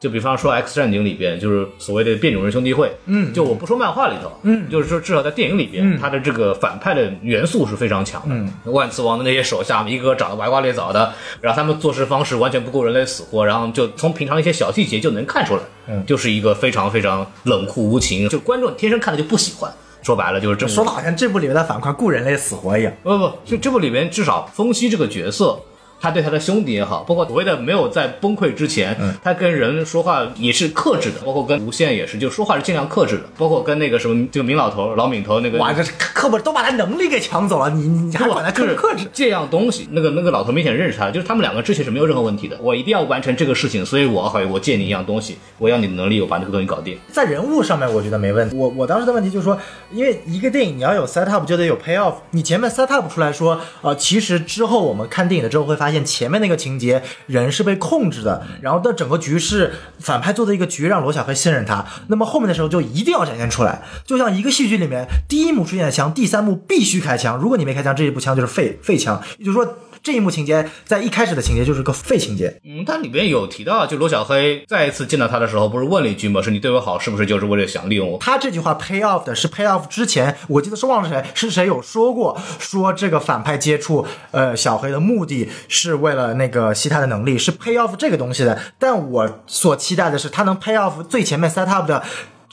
Speaker 3: 就比方说《X 战警》里边，就是所谓的变种人兄弟会，嗯，就我不说漫画里头，嗯，就是说至少在电影里边，他的这个反派的元素是非常强的。嗯，万磁王的那些手下，一个个长得歪瓜裂枣的，然后他们做事方式完全不顾人类死活，然后就从平常一些小细节就能看出来，嗯，就是一个非常非常冷酷无情，就观众天生看了就不喜欢。说白了就是这么
Speaker 2: 说的好像这部里面的反馈雇人类死活一样。
Speaker 3: 不不，就这部里面至少风息这个角色。他对他的兄弟也好，包括所谓的没有在崩溃之前，
Speaker 2: 嗯
Speaker 3: 他跟人说话也是克制的，包括跟无限也是，就说话是尽量克制的，包括跟那个什么就明老头老敏头那个
Speaker 2: 哇，这是课本都把他能力给抢走了，你你还管他克
Speaker 3: 就是
Speaker 2: 不克制？
Speaker 3: 这样东西，那个那个老头明显认识他，就是他们两个之前是没有任何问题的。我一定要完成这个事情，所以我好，我借你一样东西，我要你的能力，我把这个东西搞定。
Speaker 2: 在人物上面，我觉得没问题。我我当时的问题就是说，因为一个电影你要有 set up 就得有 pay off，你前面 set up 出来说，呃，其实之后我们看电影的之后会发现，前面那个情节人是被控制的，然后的整个局是反派做的一个局，让罗小黑信任他。那么后面的时候就一定要展现出来，就像一个戏剧里面，第一幕出现的枪，第三幕必须开枪，如果你没开枪，这一步枪就是废废枪，也就是说。这一幕情节在一开始的情节就是个废情节，
Speaker 3: 嗯，它里边有提到，就罗小黑再一次见到他的时候，不是问了一句吗？是你对我好，是不是就是为了想利用我？
Speaker 2: 他这句话 pay off 的是 pay off 之前，我记得是忘了谁是谁有说过，说这个反派接触呃小黑的目的是为了那个吸他的能力，是 pay off 这个东西的。但我所期待的是他能 pay off 最前面 set up 的。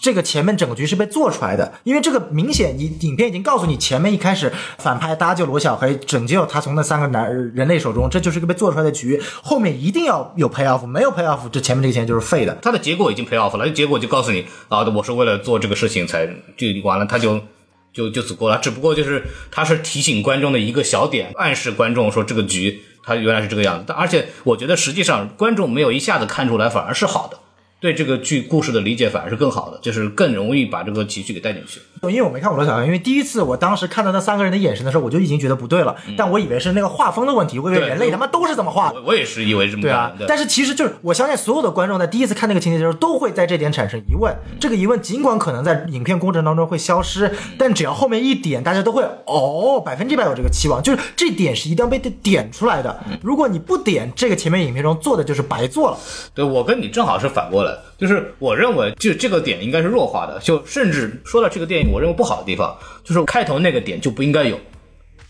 Speaker 2: 这个前面整个局是被做出来的，因为这个明显影影片已经告诉你，前面一开始反派搭救罗小黑，拯救他从那三个男人类手中，这就是一个被做出来的局，后面一定要有 pay off，没有 pay off，这前面这个钱就是废的。
Speaker 3: 他的结果已经 pay off 了，结果就告诉你啊，我是为了做这个事情才就完了，他就就就足够了。只不过就是他是提醒观众的一个小点，暗示观众说这个局他原来是这个样子。但而且我觉得实际上观众没有一下子看出来，反而是好的，对这个剧故事的理解反而是更好的，就是更容易把这个情绪给带进去。
Speaker 2: 因为我没看过罗小黑，因为第一次我当时看到那三个人的眼神的时候，我就已经觉得不对了，但我以为是那个画风的问题，我以为
Speaker 3: 嗯对
Speaker 2: 人类他妈都是这么画的。
Speaker 3: 我我也是以为这么
Speaker 2: 对啊
Speaker 3: 干，
Speaker 2: 但是其实就是我相信所有的观众在第一次看那个情节的时候，都会在这点产生疑问。
Speaker 3: 嗯
Speaker 2: 这个疑问尽管可能在影片过程当中会消失，但只要后面一点，大家都会哦，百分之百有这个期望，就是这点是一定要被点出来的。
Speaker 3: 嗯
Speaker 2: 如果你不点，这个前面影片中做的就是白做了。
Speaker 3: 对我跟你正好是反过来，就是我认为就这个点应该是弱化的，就甚至说到这个电影我认为不好的地方，就是开头那个点就不应该有。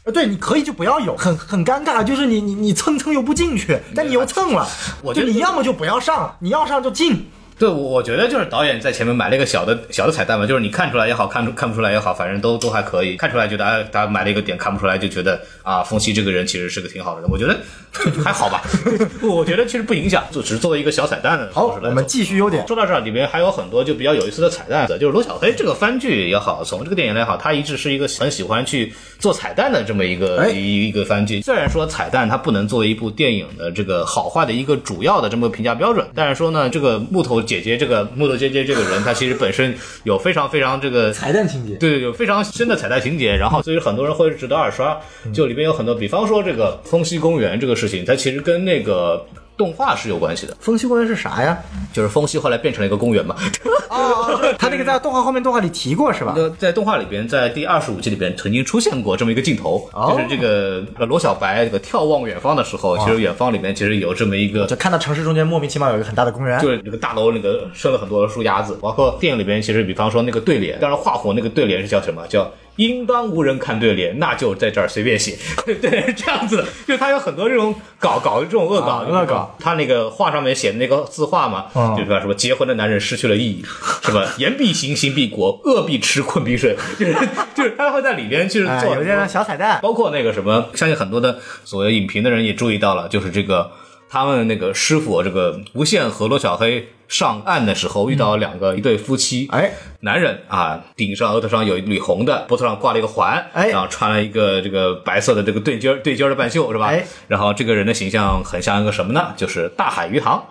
Speaker 2: 呃，对，你可以就不要有，很很尴尬，就是你你你蹭蹭又不进去，但你又蹭了，
Speaker 3: 我
Speaker 2: 就
Speaker 3: 觉得
Speaker 2: 你要么就不要上，你要上就进。
Speaker 3: 对，我我觉得就是导演在前面埋了一个小的小的彩蛋嘛，就是你看出来也好，看出看不出来也好，反正都都还可以。看出来觉得哎，他埋了一个点，看不出来就觉得啊，冯曦这个人其实是个挺好的人，我觉得 还好 吧。我觉得其实不影响，就只是作为一个小彩蛋的
Speaker 2: 好，
Speaker 3: 方式来
Speaker 2: 我们
Speaker 3: 做
Speaker 2: 继续优点。
Speaker 3: 说到这儿，里面还有很多就比较有意思的彩蛋，就是罗小黑这个番剧也好，从这个电影来好，他一直是一个很喜欢去做彩蛋的这么一个、
Speaker 2: 哎
Speaker 3: 一一个番剧。虽然说彩蛋它不能作为一部电影的这个好坏的一个主要的这么个评价标准，但是说呢，这个木头姐姐这个木头姐姐这个人，她其实本身有非常非常这个
Speaker 2: 彩蛋情节，
Speaker 3: 对对，有非常深的彩蛋情节，然后所以很多人会值得二刷。就里边有很多，比方说这个风息公园这个事情，它其实跟那个动画是有关系的，
Speaker 2: 风息公园是啥呀？
Speaker 3: 就是风息后来变成了一个公园嘛。
Speaker 2: 哦，他那个在动画后面动画里提过是吧？
Speaker 3: 那在动画里边，在第二十五季里边曾经出现过这么一个镜头，
Speaker 2: 哦
Speaker 3: 就是这个呃罗小白这个眺望远方的时候，其实远方里面其实有这么一个
Speaker 2: 就。看到城市中间莫名其妙有一个很大的公园，
Speaker 3: 就是那个大楼那个生了很多树鸭子，包括电影里边，其实比方说那个对联，当然画虎那个对联是叫什么？叫“应当无人看对联，那就在这儿随便写”， 对，这样子的，就他有很多这种搞搞这种恶搞，
Speaker 2: 啊恶搞。
Speaker 3: 他那个画上面写的那个字画嘛，
Speaker 2: 嗯
Speaker 3: 就是说什么结婚的男人失去了意义，什么言必行，行必果，饿必吃，困必睡， 就是就是他会在里边就是
Speaker 2: 哎，
Speaker 3: 做
Speaker 2: 有
Speaker 3: 很
Speaker 2: 点
Speaker 3: 多
Speaker 2: 像小彩蛋。
Speaker 3: 包括那个什么，相信很多的所谓影评的人也注意到了，就是这个他们那个师傅这个无限和罗小黑上岸的时候遇到两个一对夫妻，
Speaker 2: 哎，
Speaker 3: 男人啊，顶上额头上有一缕红的，脖头上挂了一个环，
Speaker 2: 哎
Speaker 3: 然后穿了一个这个白色的这个对襟儿对襟儿的半袖是吧？
Speaker 2: 哎，
Speaker 3: 然后这个人的形象很像一个什么呢？就是大海鱼塘。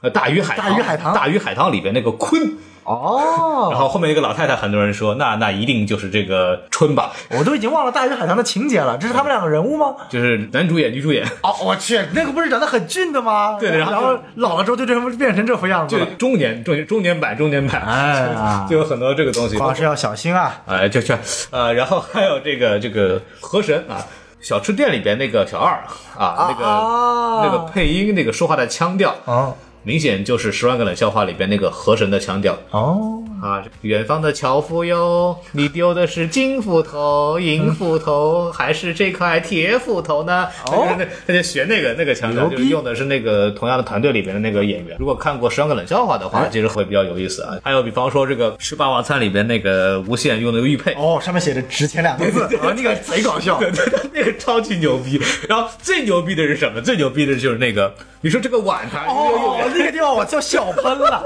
Speaker 3: 呃，大鱼海
Speaker 2: 大鱼海棠
Speaker 3: 大鱼海棠里边那个鲲，
Speaker 2: 哦，
Speaker 3: 然后后面一个老太太，很多人说，那那一定就是这个春吧，
Speaker 2: 我都已经忘了大鱼海棠的情节了，这是他们两个人物吗？
Speaker 3: 就是男主演女主演，
Speaker 2: 哦，我去，那个不是长得很俊的吗？
Speaker 3: 对
Speaker 2: 然
Speaker 3: 然后
Speaker 2: 后老了之后就这么变成这副样子
Speaker 3: 就
Speaker 2: 了。
Speaker 3: 中年中中年版中年版，
Speaker 2: 哎呀
Speaker 3: 就有很多这个东西。
Speaker 2: 黄老师要小心啊！
Speaker 3: 哎，就全呃，然后还有这个这个河神啊，小吃店里边那个小二啊，那个、
Speaker 2: 啊
Speaker 3: 那个配音那个说话的腔调，
Speaker 2: 哦
Speaker 3: 明显就是《十万个冷笑话》里边那个河神的腔调
Speaker 2: 哦，
Speaker 3: 啊。远方的樵夫哟，你丢的是金斧头、银斧头，还是这块铁斧头呢？
Speaker 2: 哦
Speaker 3: 那那那就学那个那个腔调，
Speaker 2: 牛逼
Speaker 3: 就是用的是那个同样的团队里边的那个演员。如果看过《十万个冷笑话》的
Speaker 2: 哎
Speaker 3: 话，其实会比较有意思啊。还有比方说这个《吃霸王餐》里边那个无限用的玉佩，
Speaker 2: 哦，上面写着“值钱”两个字， 啊，那个贼搞笑。
Speaker 3: 对对 对，那个超级牛逼。然后最牛逼的是什么？最牛逼的就是那个，你说这个碗它，
Speaker 2: 哦，那个地方我就笑喷了。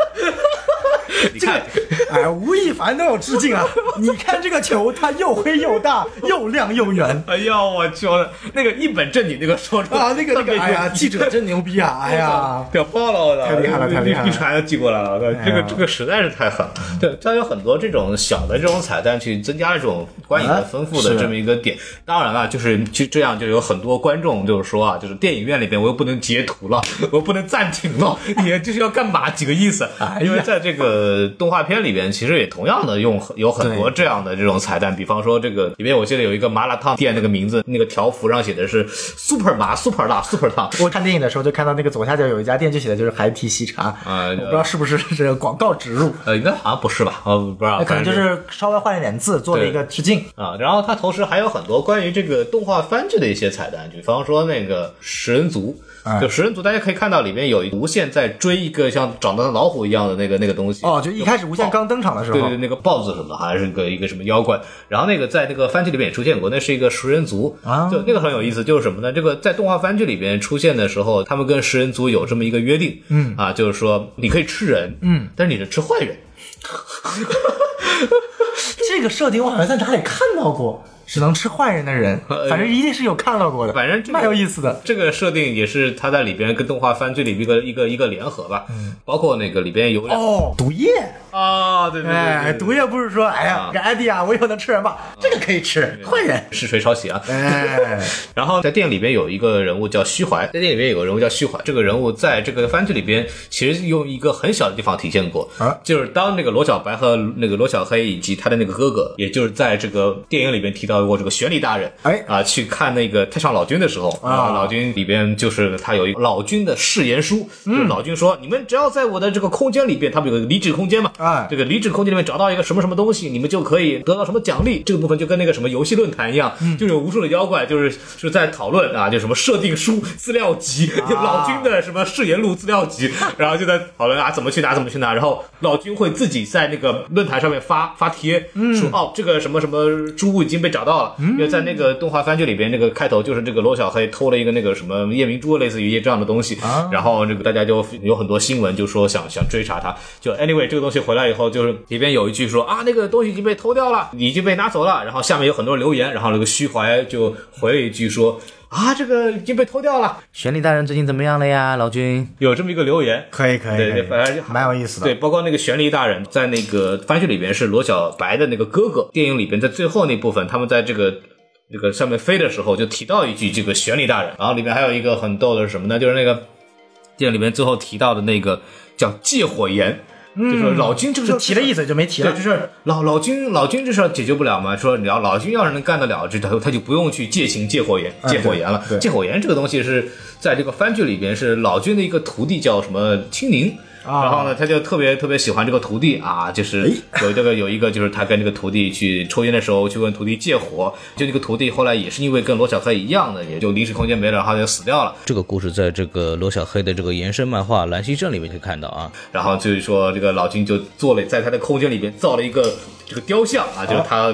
Speaker 3: 你看，
Speaker 2: 哎，吴亦凡都有致敬啊！你看这个球，它又黑又大，又亮又圆
Speaker 3: 哎呀，我去，我的那个一本正经那个说出来
Speaker 2: 啊！那个那
Speaker 3: 特别
Speaker 2: 个，哎呀，
Speaker 3: 牛逼
Speaker 2: 记者真牛逼啊！哎呀，
Speaker 3: 屌爆了！我操，
Speaker 2: 太厉害了太厉害了
Speaker 3: 一传就寄过来了，我操这
Speaker 2: 哎
Speaker 3: 个
Speaker 2: 呀
Speaker 3: 这个实在是太狠了。对，它有很多这种小的这种彩蛋，去增加这种观影的丰富
Speaker 2: 啊
Speaker 3: 的
Speaker 2: 是
Speaker 3: 这么一个点。当然了，就是就这样，就有很多观众就是说啊，就是电影院里边我又不能截图了， 我又不能暂停了， 你就是要干嘛？几个意思？啊
Speaker 2: 哎
Speaker 3: 因为在这个动画片里边，其实也同样的用有很多这样的这种彩蛋，比方说这个里面我记得有一个麻辣烫店那个名字，那个条幅上写的是 super 麻 super 辣 super 烫，
Speaker 2: 我看电影的时候就看到那个左下角有一家店，就写的就是“孩提喜茶”，
Speaker 3: 啊
Speaker 2: 我不知道是不是这个广告植入，
Speaker 3: 呃，应该好像不是吧？呃，不知道，
Speaker 2: 那哎可能就
Speaker 3: 反正
Speaker 2: 是稍微换一点字做了一个致敬。
Speaker 3: 啊。然后它同时还有很多关于这个动画番剧的一些彩蛋，比方说那个食人族。
Speaker 2: 哎
Speaker 3: 就食人族，大家可以看到里面有无限在追一个像长得老虎一样的那个那个东西。
Speaker 2: 哦，就一开始无限刚登场的时候，
Speaker 3: 对对，对，那个豹子什么，还是个一个什么妖怪。然后那个在那个番剧里面也出现过，那是一个食人族
Speaker 2: 啊
Speaker 3: 就那个很有意思，就是什么呢？这个在动画番剧里边出现的时候，他们跟食人族有这么一个约定，嗯啊，就是说你可以吃人，嗯，但是你是吃坏人，
Speaker 2: 这个设定我好像在哪里看到过，只能吃坏人的人，反正一定是有看到过的，
Speaker 3: 哎反正这个
Speaker 2: 蛮有意思的。
Speaker 3: 这个设定也是他在里边跟动画番剧里一个一个一个联合吧，包括那个里边有两
Speaker 2: 嗯哦，毒液，
Speaker 3: 啊，哎对对对对
Speaker 2: 哎，
Speaker 3: 对
Speaker 2: 毒液不是说，哎呀，
Speaker 3: 啊
Speaker 2: 这艾迪啊，我以后能吃人吧？这个可以吃，坏人。
Speaker 3: 是谁抄袭啊？
Speaker 2: 哎，
Speaker 3: 然后在电影里边有一个人物叫虚怀，在电影里边有个人物叫虚怀，这个人物在这个番剧里边其实用一个很小的地方体现过，
Speaker 2: 啊
Speaker 3: 就是当那个罗小白和那个罗小黑以及他的那个哥哥，也就是在这个电影里边提到到过这个玄礼大人，
Speaker 2: 哎
Speaker 3: 啊，去看那个太上老君的时候啊，老君里边就是他有一个老君的誓言书，就是老君说，你们只要在我的这个空间里边，他们有个离职空间嘛，
Speaker 2: 哎
Speaker 3: 这个离职空间里面找到一个什么什么东西，你们就可以得到什么奖励。这个部分就跟那个什么游戏论坛一样，就是有无数的妖怪，就是是在讨论啊，就什么设定书资料集，就老君的什么誓言录资料集，然后就在讨论啊怎么去拿怎么去拿，然后老君会自己在那个论坛上面发发贴，说哦这个什么什么猪已经被找到了，因为在那个动画番剧里边那个开头就是这个罗小黑偷了一个那个什么夜明珠，类似于这样的东西，然后这个大家就有很多新闻就说想想追查他，就 anyway 这个东西回来以后，就是里边有一句说啊那个东西已经被偷掉了，已经被拿走了，然后下面有很多人留言，然后那个虚怀就回了一句说。啊，这个已经被偷掉了，
Speaker 5: 玄礼大人最近怎么样了呀，老君？
Speaker 3: 有这么一个留言，
Speaker 2: 可以可以，
Speaker 3: 对
Speaker 2: 可
Speaker 3: 对
Speaker 2: 以
Speaker 3: 反正就
Speaker 2: 蛮有意思的。
Speaker 3: 对，包括那个玄黎大人在那个番剧里边是罗小白的那个哥哥，电影里边在最后那部分，他们在这个。这个上面飞的时候就提到一句这个玄黎大人，然后里面还有一个很逗的是什么呢？就是那个电影里面最后提到的那个叫借火炎，就说老君这个
Speaker 2: 嗯
Speaker 3: 事
Speaker 2: 就
Speaker 3: 儿
Speaker 2: 提了一嘴就没提
Speaker 3: 对，
Speaker 2: 了
Speaker 3: 这，事儿老老君老君这事儿解决不了嘛？说你要老君要是能干得了，这他他就不用去借行借火炎
Speaker 2: 哎
Speaker 3: 借火炎了。借火炎这个东西是在这个番剧里边是老君的一个徒弟叫什么青宁。
Speaker 2: 啊
Speaker 3: 然后呢，他就特别特别喜欢这个徒弟啊，就是
Speaker 2: 哎
Speaker 3: 有这个有一个就是他跟这个徒弟去抽烟的时候去问徒弟借火，就那个徒弟后来也是因为跟罗小黑一样的，也就临时空间没了，然后就死掉了。
Speaker 5: 这个故事在这个罗小黑的这个延伸漫画《蓝溪镇》里面可以看到啊。
Speaker 3: 然后就是说这个老君就做了在他的空间里边造了一个这个雕像啊，就是他呃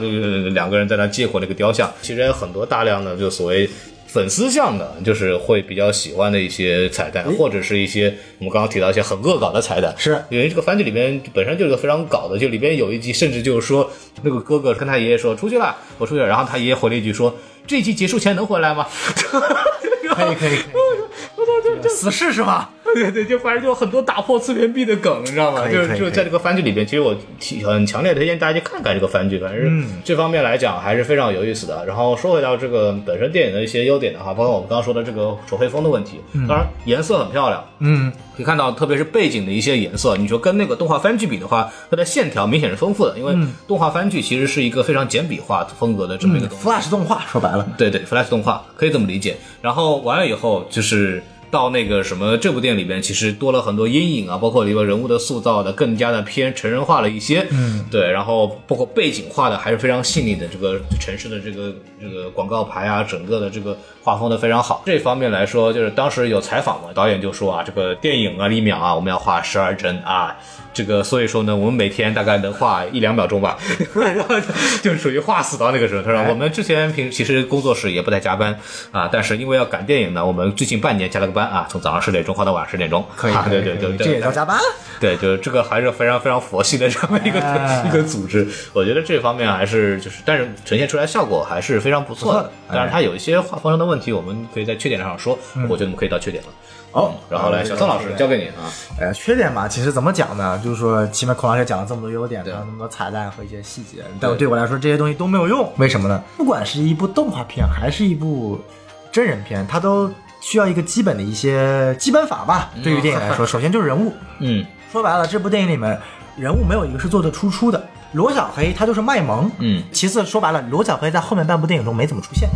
Speaker 3: 两个人在那借火那个雕像。其实还有很多大量的就所谓。粉丝向的，就是会比较喜欢的一些彩蛋，或者是一些我们刚刚提到一些很恶搞的彩蛋，
Speaker 2: 哎是
Speaker 3: 因为这个番剧里面本身就是个非常搞的，就里边有一集甚至就是说那个哥哥跟他爷爷说出去了，我出去了，然后他爷爷回了一句说这一集结束前能回来吗？
Speaker 2: 可以可以可以，死侍是啊吧？
Speaker 3: 对对，就反正就有很多打破次元壁的梗，你知道吗？
Speaker 2: 可以
Speaker 3: 就是
Speaker 2: 可以
Speaker 3: 就是在这个番剧里边，其实我提很强烈推荐大家去看看这个番剧，反正
Speaker 2: 嗯
Speaker 3: 这方面来讲还是非常有意思的。然后说回到这个本身电影的一些优点的话，包括我们刚刚说的这个手绘风的问题，当然颜色很漂亮，
Speaker 2: 嗯，
Speaker 3: 可以看到，特别是背景的一些颜色，你说跟那个动画番剧比的话，它的线条明显是丰富的，因为
Speaker 2: 嗯
Speaker 3: 动画番剧其实是一个非常简笔画风格的这么一个东西。
Speaker 2: ，Flash 动画说白了，
Speaker 3: 对对，Flash 动画可以这么理解。然后完了以后，就是到那个什么这部电影里边，其实多了很多阴影啊，包括里边人物的塑造的更加的偏成人化了一些。嗯，对，然后包括背景画的还是非常细腻的，这个城市的这个这个广告牌啊，整个的这个画风的非常好。这方面来说，就是当时有采访嘛，导演就说啊，这个电影啊，一秒啊，我们要画十二帧啊。这个，所以说呢，我们每天大概能画一两秒钟吧， 然后就属于画死到那个时候。他说，我们之前平其实工作室也不太加班啊，但是因为要赶电影呢，我们最近半年加了个班啊，从早上十点钟画到晚上十点钟。
Speaker 2: 可以
Speaker 3: 啊，
Speaker 2: 可
Speaker 3: 对
Speaker 2: 以
Speaker 3: 对
Speaker 2: 可
Speaker 3: 对
Speaker 2: 以，
Speaker 3: 对
Speaker 2: 这也叫加班？啊
Speaker 3: 对，就是这个还是非常非常佛系的这么一个、
Speaker 2: 哎
Speaker 3: 一个组织，我觉得这方面还是就是，但是呈现出来效果还是非常不错哎的。但是它有一些画风上的问题，我们可以在缺点上说，我觉得我们可以到缺点了。
Speaker 4: 哦，
Speaker 3: 然后来，小宋老师交给你啊，
Speaker 2: 哎，缺点嘛，其实怎么讲呢？就是说，起码孔老师讲了这么多优点，还有那么多彩蛋和一些细节，但对我来说这些东西都没有用。为什么呢？不管是一部动画片还是一部真人片，它都需要一个基本的一些基本法吧。对于电影来说，首先就是人物。
Speaker 3: 嗯
Speaker 2: 说白了，这部电影里面人物没有一个是做的突出的。罗小黑他就是卖萌，
Speaker 3: 嗯。
Speaker 2: 其次说白了，罗小黑在后面半部电影中没怎么出现。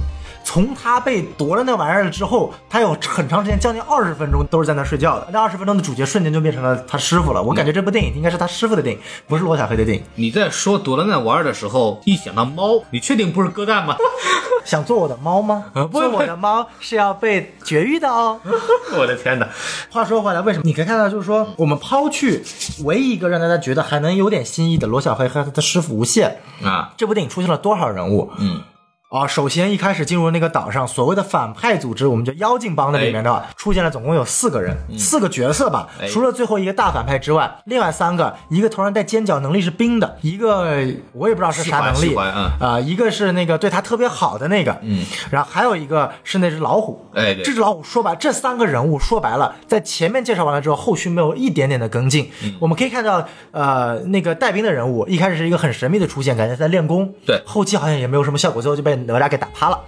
Speaker 2: 从他被夺了那玩意儿之后，他有很长时间，将近二十分钟都是在那睡觉的。那二十分钟的主角瞬间就变成了他师傅了。我感觉这部电影应该是他师傅的电影，不是罗小黑的电影。
Speaker 3: 你在说夺了那玩意儿的时候，一想到猫，你确定不是鸽蛋吗？
Speaker 2: 想做我的猫吗？
Speaker 3: 呃不
Speaker 2: 做我的猫是要被绝育的哦。
Speaker 3: 我的天哪！
Speaker 2: 话说回来，为什么你可以看到，就是说我们抛去唯一一个让大家觉得还能有点新意的罗小黑和他的师傅无限，
Speaker 3: 啊，
Speaker 2: 这部电影出现了多少人物？
Speaker 3: 嗯，
Speaker 2: 啊，首先一开始进入那个岛上，所谓的反派组织，我们叫妖精帮的里面的话，出现了总共有四个人，四个角色吧。
Speaker 3: 嗯哎
Speaker 2: 除了最后一个大反派之外，另外三个，一个头上带尖角，能力是冰的；一个我也不知道是啥能
Speaker 3: 喜
Speaker 2: 力，
Speaker 3: 欢喜欢嗯
Speaker 2: 啊、一个是那个对他特别好的那个，嗯，然后还有一个是那只老虎。
Speaker 3: 哎，对
Speaker 2: 这只老虎说白，这三个人物说白了，在前面介绍完了之后，后续没有一点点的跟进。
Speaker 3: 嗯
Speaker 2: 我们可以看到，呃，那个带兵的人物一开始是一个很神秘的出现，感觉在练功，
Speaker 3: 对
Speaker 2: 后期好像也没有什么效果，最后就被哪吒给打趴了。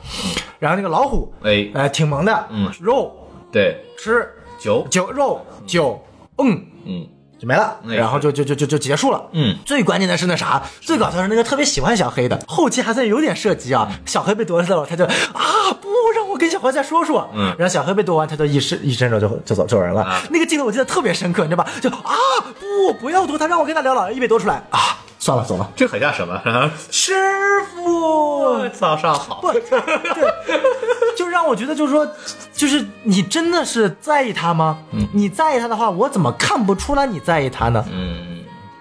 Speaker 2: 然后那个老虎，
Speaker 3: 哎
Speaker 2: 呃，挺萌的，
Speaker 3: 嗯
Speaker 2: 肉
Speaker 3: 对
Speaker 2: 吃
Speaker 3: 九
Speaker 2: 酒肉酒，嗯，
Speaker 3: 嗯，
Speaker 2: 就没了，
Speaker 3: 哎
Speaker 2: 然后就就就就就结束了。
Speaker 3: 嗯，
Speaker 2: 最关键的是那啥，最搞笑是那个特别喜欢小黑的，后期还算有点涉及啊。小黑被夺了之后，他就啊不让我跟小黑再说说，
Speaker 3: 嗯
Speaker 2: 然后小黑被夺完，他就一伸一伸手就就走走人了。
Speaker 3: 啊
Speaker 2: 那个镜头我记得特别深刻，你知道吧？就啊不不要夺他，让我跟他聊聊，一被夺出来啊，算了走了。
Speaker 3: 这很像什么？
Speaker 2: 师傅，
Speaker 3: 早上好，
Speaker 2: 不，对，就让我觉得就是说，就是你真的是在意他吗？你在意他的话，我怎么看不出来你在意他呢？
Speaker 3: 嗯，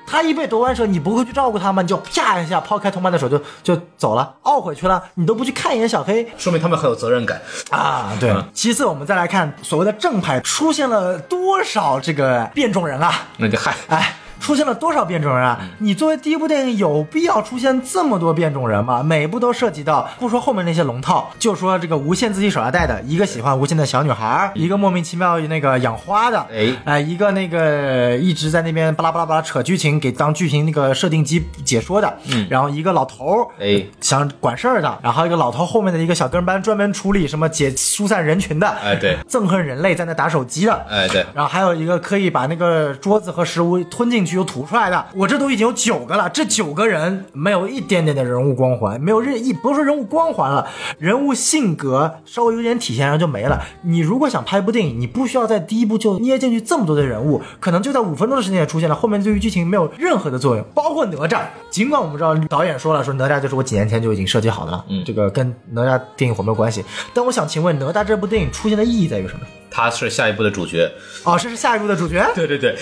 Speaker 2: 他一被夺完手，你不会去照顾他吗？你就啪一下抛开同伴的手就就走了，懊悔去了，你都不去看一眼小黑
Speaker 3: 说明他们很有责任感。
Speaker 2: 啊！对。其次，我们再来看所谓的正派出现了多少这个变种人啊？
Speaker 3: 那就嗨，
Speaker 2: 哎，出现了多少变种人啊？
Speaker 3: 嗯
Speaker 2: 你作为第一部电影有必要出现这么多变种人吗？每部都涉及到，不说后面那些龙套，就说这个无限自己手下带的，一个喜欢无限的小女孩，一个莫名其妙那个养花的，
Speaker 3: 嗯哎
Speaker 2: 哎，一个那个一直在那边巴拉巴拉巴拉扯剧情，给当剧情那个设定机解说的，嗯，然后一个老头儿，
Speaker 3: 哎
Speaker 2: 想管事儿的，然后一个老头后面的一个小跟班，专门处理什么解疏散人群的，
Speaker 3: 哎对
Speaker 2: 憎恨人类在那打手机的，
Speaker 3: 哎对
Speaker 2: 然后还有一个可以把那个桌子和食物吞进去又吐出来的，我这都已经有九个了，这九个人没有一点点的人物光环，没有任一不是说人物光环了，人物性格稍微有点体现，然后就没了。你如果想拍一部电影，你不需要在第一部就捏进去这么多的人物，可能就在五分钟的时间也出现了，后面对于剧情没有任何的作用。包括哪吒，尽管我们知道导演说了，说哪吒就是我几年前就已经设计好的了，
Speaker 3: 嗯
Speaker 2: 这个跟哪吒电影火没有关系。但我想请问，哪吒这部电影出现的意义在于什么？
Speaker 3: 他是下一部的主角。
Speaker 2: 哦，这是下一部的主角，
Speaker 3: 对对对，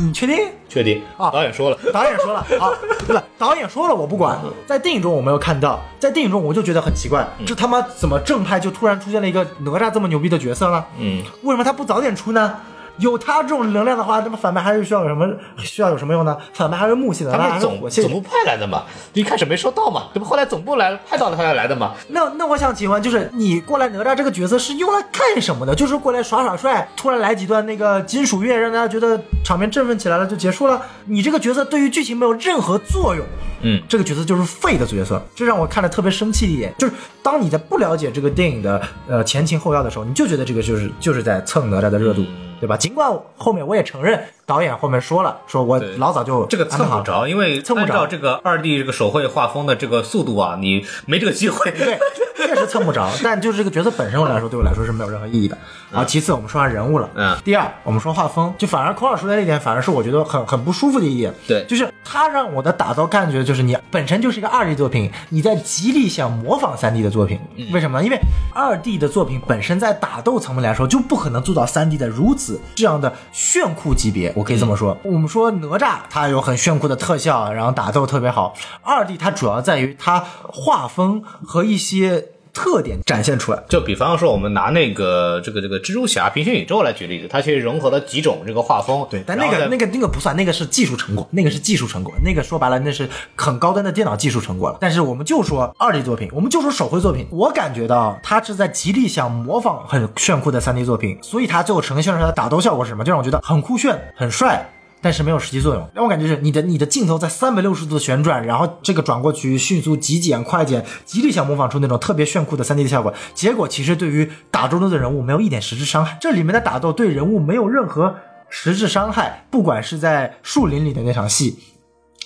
Speaker 2: 你确定？
Speaker 3: 确定
Speaker 2: 啊
Speaker 3: 导演说了，
Speaker 2: 导演说了啊，对吧？导演说了，我不管。在电影中我没有看到，在电影中我就觉得很奇怪，
Speaker 3: 嗯
Speaker 2: 这他妈怎么正派就突然出现了一个哪吒这么牛逼的角色呢？
Speaker 3: 嗯，
Speaker 2: 为什么他不早点出呢？有他这种能量的话，那么反派还是需要有什么需要有什么用呢？反派还是木系的，
Speaker 3: 他
Speaker 2: 那
Speaker 3: 们
Speaker 2: 还是
Speaker 3: 总
Speaker 2: 火系的
Speaker 3: 总部派来的嘛，一开始没收到嘛，这不后来总部来了派到了他才来的嘛。
Speaker 2: 那那我想请问，就是你过来哪吒这个角色是用来干什么的？就是过来耍耍帅，突然来几段那个金属乐，让大家觉得场面振奋起来了就结束了。你这个角色对于剧情没有任何作用。
Speaker 3: 嗯，
Speaker 2: 这个角色就是废的角色，这让我看了特别生气的一点，就是当你在不了解这个电影的呃前情后要的时候，你就觉得这个就是就是在蹭哪吒的热度，
Speaker 3: 嗯
Speaker 2: 对吧？尽管后面我也承认，导演后面说了，说我
Speaker 3: 对
Speaker 2: 老早就
Speaker 3: 这个
Speaker 2: 安
Speaker 3: 蹭
Speaker 2: 排好
Speaker 3: 不
Speaker 2: 了
Speaker 3: 着，因为
Speaker 2: 蹭不
Speaker 3: 按
Speaker 2: 着
Speaker 3: 照这个二 D 这个手绘画风的这个速度啊，你没这个机会。
Speaker 2: 对，确实蹭不着。但就是这个角色本身来说，对我来说是没有任何意义的。然后其次，我们说下人物了。
Speaker 3: 嗯
Speaker 2: 第二，我们说画风，就反而孔老师说的一点，反而是我觉得很很不舒服的一点。
Speaker 3: 对
Speaker 2: 就是他让我的打造感觉就是你本身就是一个二 D 作品，你在极力想模仿三 D 的作品。为什么呢？因为二 D 的作品本身在打斗层面来说就不可能做到三 D 的如此这样的炫酷级别，我可以这么说。我们说哪吒它有很炫酷的特效，然后打斗特别好。二 D 它主要在于它画风和一些特点展现出来。
Speaker 3: 就比方说，我们拿那个这个这个蜘蛛侠平行宇宙来举例子，它其实融合了几种这个画风。
Speaker 2: 对，但那个那个那个不算，那个是技术成果，那个是技术成果，那个说白了那是很高端的电脑技术成果了。但是我们就说二 D 作品，我们就说手绘作品，我感觉到他是在极力想模仿很炫酷的三 D 作品，所以他最后呈现出来的打斗效果是什么？就让我觉得很酷炫、很帅。但是没有实际作用，让我感觉是你的你的镜头在三百六十度的旋转，然后这个转过去迅速极简快剪，极力想模仿出那种特别炫酷的三 D 效果，结果其实对于打中的人物没有一点实质伤害，这里面的打斗对人物没有任何实质伤害，不管是在树林里的那场戏，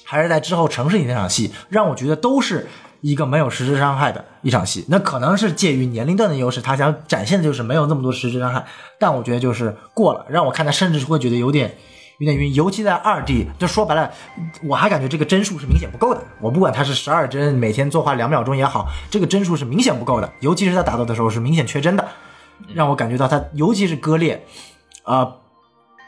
Speaker 2: 还是在之后城市里那场戏，让我觉得都是一个没有实质伤害的一场戏。那可能是介于年龄段的优势，他想展现的就是没有那么多实质伤害，但我觉得就是过了，让我看他甚至是会觉得有点。有点晕，尤其在二 D，就说白了，我还感觉这个帧数是明显不够的。我不管它是十二帧，每天作画两秒钟也好，这个帧数是明显不够的，尤其是在打斗的时候是明显缺帧的，让我感觉到它，尤其是割裂，啊、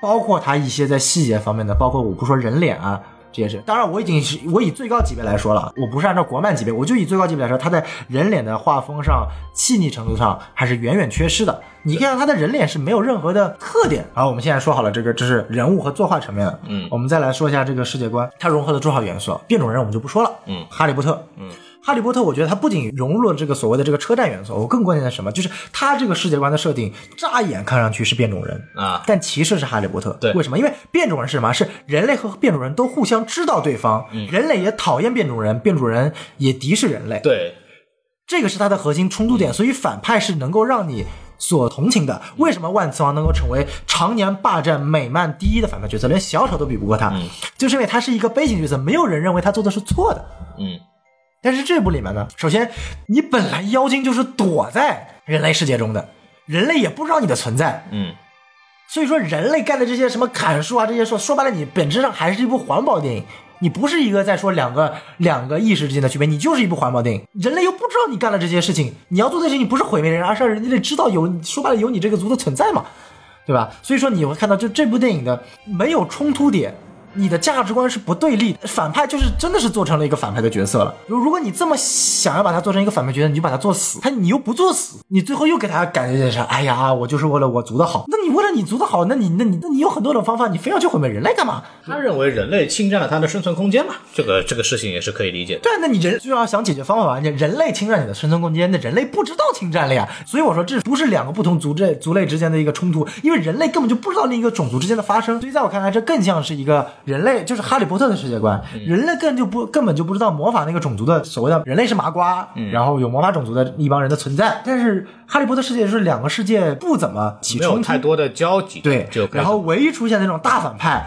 Speaker 2: 包括他一些在细节方面的，包括我不说人脸啊这些事。当然，我已经是我以最高级别来说了，我不是按照国漫级别，我就以最高级别来说，他在人脸的画风上、细腻程度上还是远远缺失的。你看到他的人脸是没有任何的特点。好，我们现在说好了，这个这是人物和作画层面的。
Speaker 3: 嗯
Speaker 2: 我们再来说一下这个世界观，它融合了多少元素啊？变种人我们就不说了。
Speaker 3: 嗯
Speaker 2: 哈利波特。嗯。哈利波特，我觉得它不仅融入了这个所谓的这个车站元素，我更关键的是什么？就是它这个世界观的设定，乍一眼看上去是变种人，
Speaker 3: 啊，
Speaker 2: 但其实是哈利波特。
Speaker 3: 对
Speaker 2: 为什么？因为变种人是什么？是人类和变种人都互相知道对方，
Speaker 3: 嗯
Speaker 2: 人类也讨厌变种人，变种人也敌视人类。
Speaker 3: 对嗯
Speaker 2: 这个是它的核心冲突点，所以反派是能够让你所同情的。为什么万磁王能够成为常年霸占美漫第一的反派角色，连小丑都比不过他，
Speaker 3: 嗯
Speaker 2: 就是因为他是一个悲情角色，没有人认为他做的是错的。
Speaker 3: 嗯，
Speaker 2: 但是这部里面呢，首先你本来妖精就是躲在人类世界中的，人类也不知道你的存在，
Speaker 3: 嗯，
Speaker 2: 所以说，人类干的这些什么砍树啊，这些说说白了，你本质上还是一部环保电影。你不是一个在说两个两个意识之间的区别，你就是一部环保电影。人类又不知道你干了这些事情，你要做的事情，你不是毁灭人，而是让人类知道有说白了有你这个族的存在嘛，对吧？所以说你会看到，就这部电影的没有冲突点，你的价值观是不对立，反派就是真的是做成了一个反派的角色了。如如果你这么想要把他做成一个反派角色，你就把他做死，他你又不做死，你最后又给他感觉就是，哎呀，我就是为了我族的好。那你为了你族的好，那你那你那你有很多种方法，你非要去毁灭人类干嘛？
Speaker 3: 他认为人类侵占了他的生存空间嘛，这个这个事情也是可以理解的。
Speaker 2: 对啊，那你人就要想解决方法嘛。你人类侵占你的生存空间，那人类不知道侵占了呀。所以我说，这不是两个不同族类族类之间的一个冲突，因为人类根本就不知道另一个种族之间的发
Speaker 3: 嗯
Speaker 2: 生。所以在我看来，这更像是一个人类就是哈利波特的世界观，
Speaker 3: 嗯
Speaker 2: 人类根就不根本就不知道魔法那个种族的所谓的人类是麻瓜，
Speaker 3: 嗯
Speaker 2: 然后有魔法种族的一帮人的存在。但是哈利波特世界是两个世界不怎么起
Speaker 3: 没
Speaker 2: 冲
Speaker 3: 有
Speaker 2: 突，
Speaker 3: 太多的交集，
Speaker 2: 对
Speaker 3: 就，嗯
Speaker 2: 然后唯一出现的那种大反派。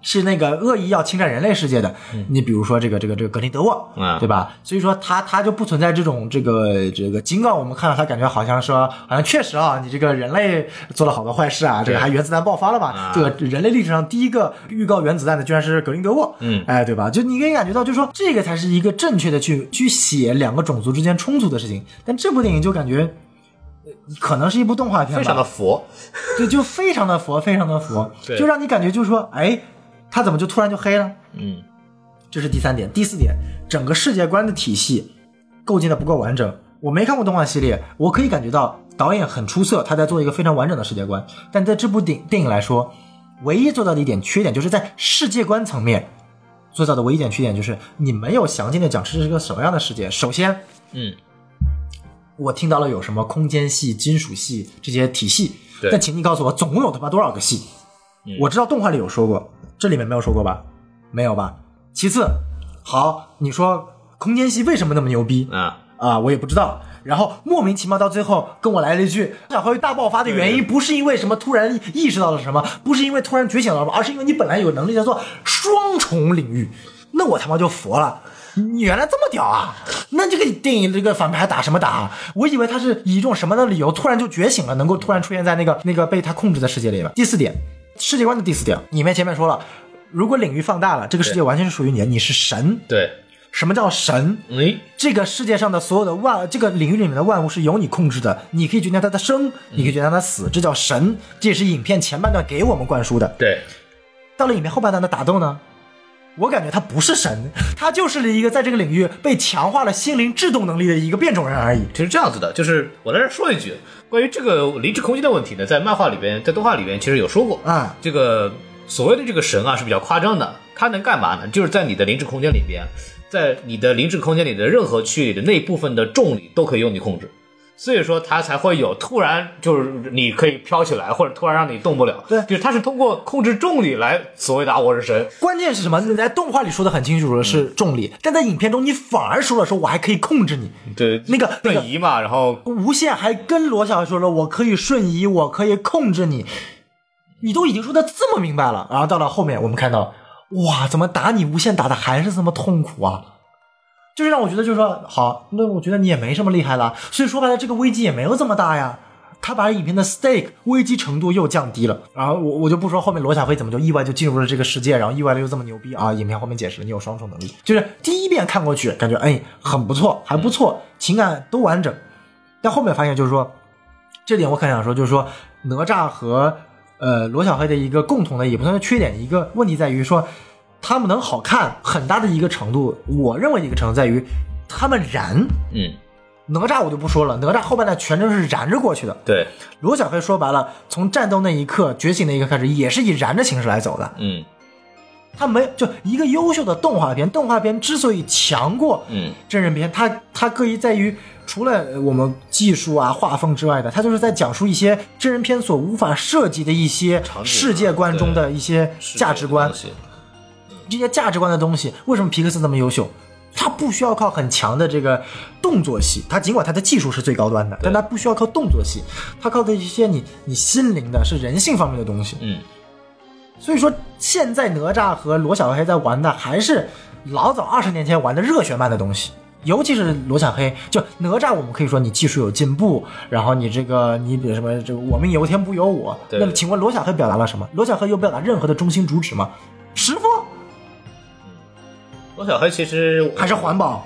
Speaker 2: 是那个恶意要侵占人类世界的，你比如说这个这个这个格林德沃，
Speaker 3: 嗯
Speaker 2: 对吧？所以说他他就不存在这种这个这个，尽管我们看到他感觉好像说好像确实啊，你这个人类做了好多坏事啊，这个还原子弹爆发了
Speaker 3: 啊
Speaker 2: 吧？这个人类历史上第一个预告原子弹的居然是格林德沃，嗯，哎，对吧？就你可以感觉到，就是说这个才是一个正确的去去写两个种族之间冲突的事情，但这部电影就感觉。呃可能是一部动画片吧，
Speaker 3: 非常的佛，
Speaker 2: 对，就非常的佛，非常的佛，
Speaker 3: 对
Speaker 2: 就让你感觉就是说，哎，他怎么就突然就黑了？
Speaker 3: 嗯，
Speaker 2: 这是第三点，第四点，整个世界观的体系构建的不够完整。我没看过动画系列，我可以感觉到导演很出色，他在做一个非常完整的世界观。但在这部电电影来说，唯一做到的一点缺点就是在世界观层面做到的唯一一点缺点就是你没有详尽的讲这是一个什么样的世界。首先，
Speaker 3: 嗯，
Speaker 2: 我听到了有什么空间系、金属系这些体系
Speaker 3: 对，
Speaker 2: 但请你告诉我，总共有他妈多少个系？我知道动画里有说过，这里面没有说过吧？没有吧？其次，好，你说空间系为什么那么牛逼
Speaker 3: 啊，
Speaker 2: 啊？我也不知道。然后莫名其妙到最后跟我来了一句，小黑大爆发的原因不是因为什么突然意识到了什么，不是因为突然觉醒了什么，而是因为你本来有能力叫做双重领域，那我他妈就服了。你原来这么屌啊！那这个电影这个反派还打什么打啊？我以为他是以一种什么的理由突然就觉醒了，能够突然出现在那个那个被他控制的世界里面。第四点，世界观的第四点，你们前面说了，如果领域放大了，这个世界完全是属于你的，你是神。
Speaker 3: 对，
Speaker 2: 什么叫神？
Speaker 3: 哎，
Speaker 2: 这个世界上的所有的万，这个领域里面的万物是由你控制的，你可以决定它的生，你可以决定它的死，这叫神。这也是影片前半段给我们灌输的。
Speaker 3: 对，
Speaker 2: 到了影片后半段的打斗呢，我感觉他不是神，他就是一个在这个领域被强化了心灵制动能力的一个变种人而已。
Speaker 3: 其实这样子的，就是我在这儿说一句，关于这个离职空间的问题呢，在漫画里边，在动画里边其实有说过
Speaker 2: 啊
Speaker 3: 这个所谓的这个神啊是比较夸张的，它能干嘛呢？就是在你的灵智空间里边，在你的灵智空间里的任何区域里的那一部分的重力都可以用你控制。所以说它才会有突然就是你可以飘起来，或者突然让你动不了。
Speaker 2: 对
Speaker 3: 就是它是通过控制重力来所谓的啊我是神，
Speaker 2: 关键是什么？你在动画里说的很清楚的是重力，但在影片中你反而说了说我还可以控制你，
Speaker 3: 对
Speaker 2: 那个那个
Speaker 3: 瞬移嘛，然后
Speaker 2: 无限还跟罗小说了我可以瞬移，我可以控制你，你都已经说的这么明白了，然后到了后面我们看到，哇，怎么打你无限打的还是这么痛苦啊？就是让我觉得，就是说，好，那我觉得你也没什么厉害了，所以说白了，这个危机也没有这么大呀。他把影片的 stake 危机程度又降低了，然后我我就不说后面罗小飞怎么就意外就进入了这个世界，然后意外的又这么牛逼啊！影片后面解释了，你有双重能力，就是第一遍看过去感觉哎很不错，还不错，情感都完整，但后面发现就是说，这点我很想说，就是说哪吒和呃罗小黑的一个共同的，也不算是缺点，一个问题在于说，他们能好看很大的一个程度，我认为一个程度在于他们燃。
Speaker 3: 嗯，
Speaker 2: 哪吒我就不说了，哪吒后半段全程是燃着过去的。
Speaker 3: 对，
Speaker 2: 罗小黑说白了，从战斗那一刻、觉醒那一刻开始，也是以燃的形式来走的。
Speaker 3: 嗯
Speaker 2: 他没就一个优秀的动画片，动画片之所以强过
Speaker 3: 嗯
Speaker 2: 真人片，它它各异在于除了呃我们技术啊、画风之外的，它就是在讲述一些真人片所无法涉及的一些
Speaker 3: 景啊
Speaker 2: 世界观中的一些价值观
Speaker 3: 是这个东，西
Speaker 2: 这些价值观的东西。为什么皮克斯这么优秀？它不需要靠很强的这个动作戏，它尽管它的技术是最高端的，但它不需要靠动作戏，它靠的一些你你心灵的是人性方面的东西。
Speaker 3: 嗯，
Speaker 2: 所以说现在哪吒和罗小黑在玩的还是老早二十年前玩的热血漫的东西。尤其是罗小黑，就哪吒，我们可以说你技术有进步，然后你这个你比如什么这个我命由天不由我。
Speaker 3: 对
Speaker 2: 那么请问罗小黑表达了什么？罗小黑有表达任何的中心主旨吗？师傅
Speaker 3: 罗小黑其实
Speaker 2: 还是环保？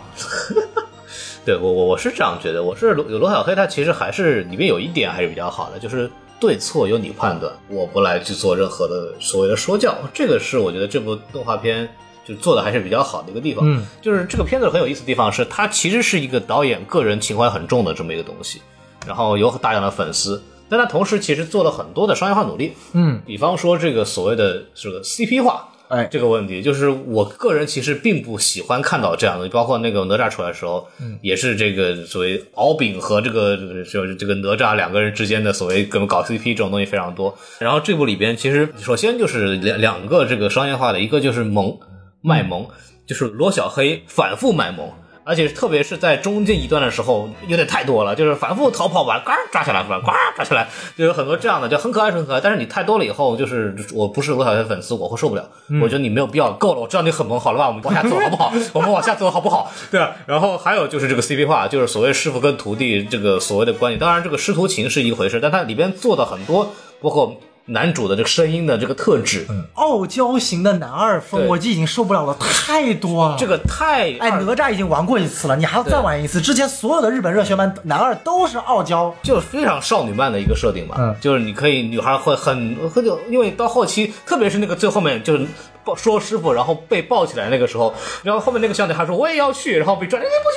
Speaker 3: 对我我我是这样觉得，我是罗罗小黑，他其实还是里面有一点还是比较好的，就是对错由你判断，我不来去做任何的所谓的说教，这个是我觉得这部动画片就做的还是比较好的一个地方。
Speaker 2: 嗯，
Speaker 3: 就是这个片子很有意思的地方是，它其实是一个导演个人情怀很重的这么一个东西，然后有大量的粉丝，但他同时其实做了很多的商业化努力，
Speaker 2: 嗯，
Speaker 3: 比方说这个所谓的这个 CP 化，
Speaker 2: 哎
Speaker 3: 这个问题，就是我个人其实并不喜欢看到这样的，包括那个哪吒出来的时候，也是这个所谓敖丙和这个就是这个哪吒两个人之间的所谓怎么搞 CP 这种东西非常多。然后这部里边其实首先就是两两个这个商业化的，一个就是萌卖萌，就是罗小黑反复卖萌。而且特别是在中间一段的时候，有点太多了，就是反复逃跑完，呱抓起来，呱呱抓起来，就有很多这样的，就很可爱，是很可爱。但是你太多了以后，就是我不是罗小黑粉丝，我会受不了。我觉得你没有必要，够了，我知道你很萌，好了吧，我们往下走好不好？我们往下走好不好？对吧？然后还有就是这个 CP 化，就是所谓师傅跟徒弟这个所谓的关系。当然，这个师徒情是一回事，但它里边做的很多，包括男主的这个声音的这个特质，
Speaker 2: 嗯傲娇型的男二风，
Speaker 3: 对
Speaker 2: 我就已经受不了了，太多了。
Speaker 3: 这个太
Speaker 2: 哎，哪吒已经玩过一次了，你还要再玩一次。之前所有的日本热血漫男二都是傲娇，
Speaker 3: 就是非常少女漫的一个设定嘛，
Speaker 2: 嗯
Speaker 3: 就是你可以女孩会很很久，因为到后期，特别是那个最后面就是抱说师傅，然后被抱起来那个时候，然后后面那个小女孩说我也要去，然后被抓，哎不行不行，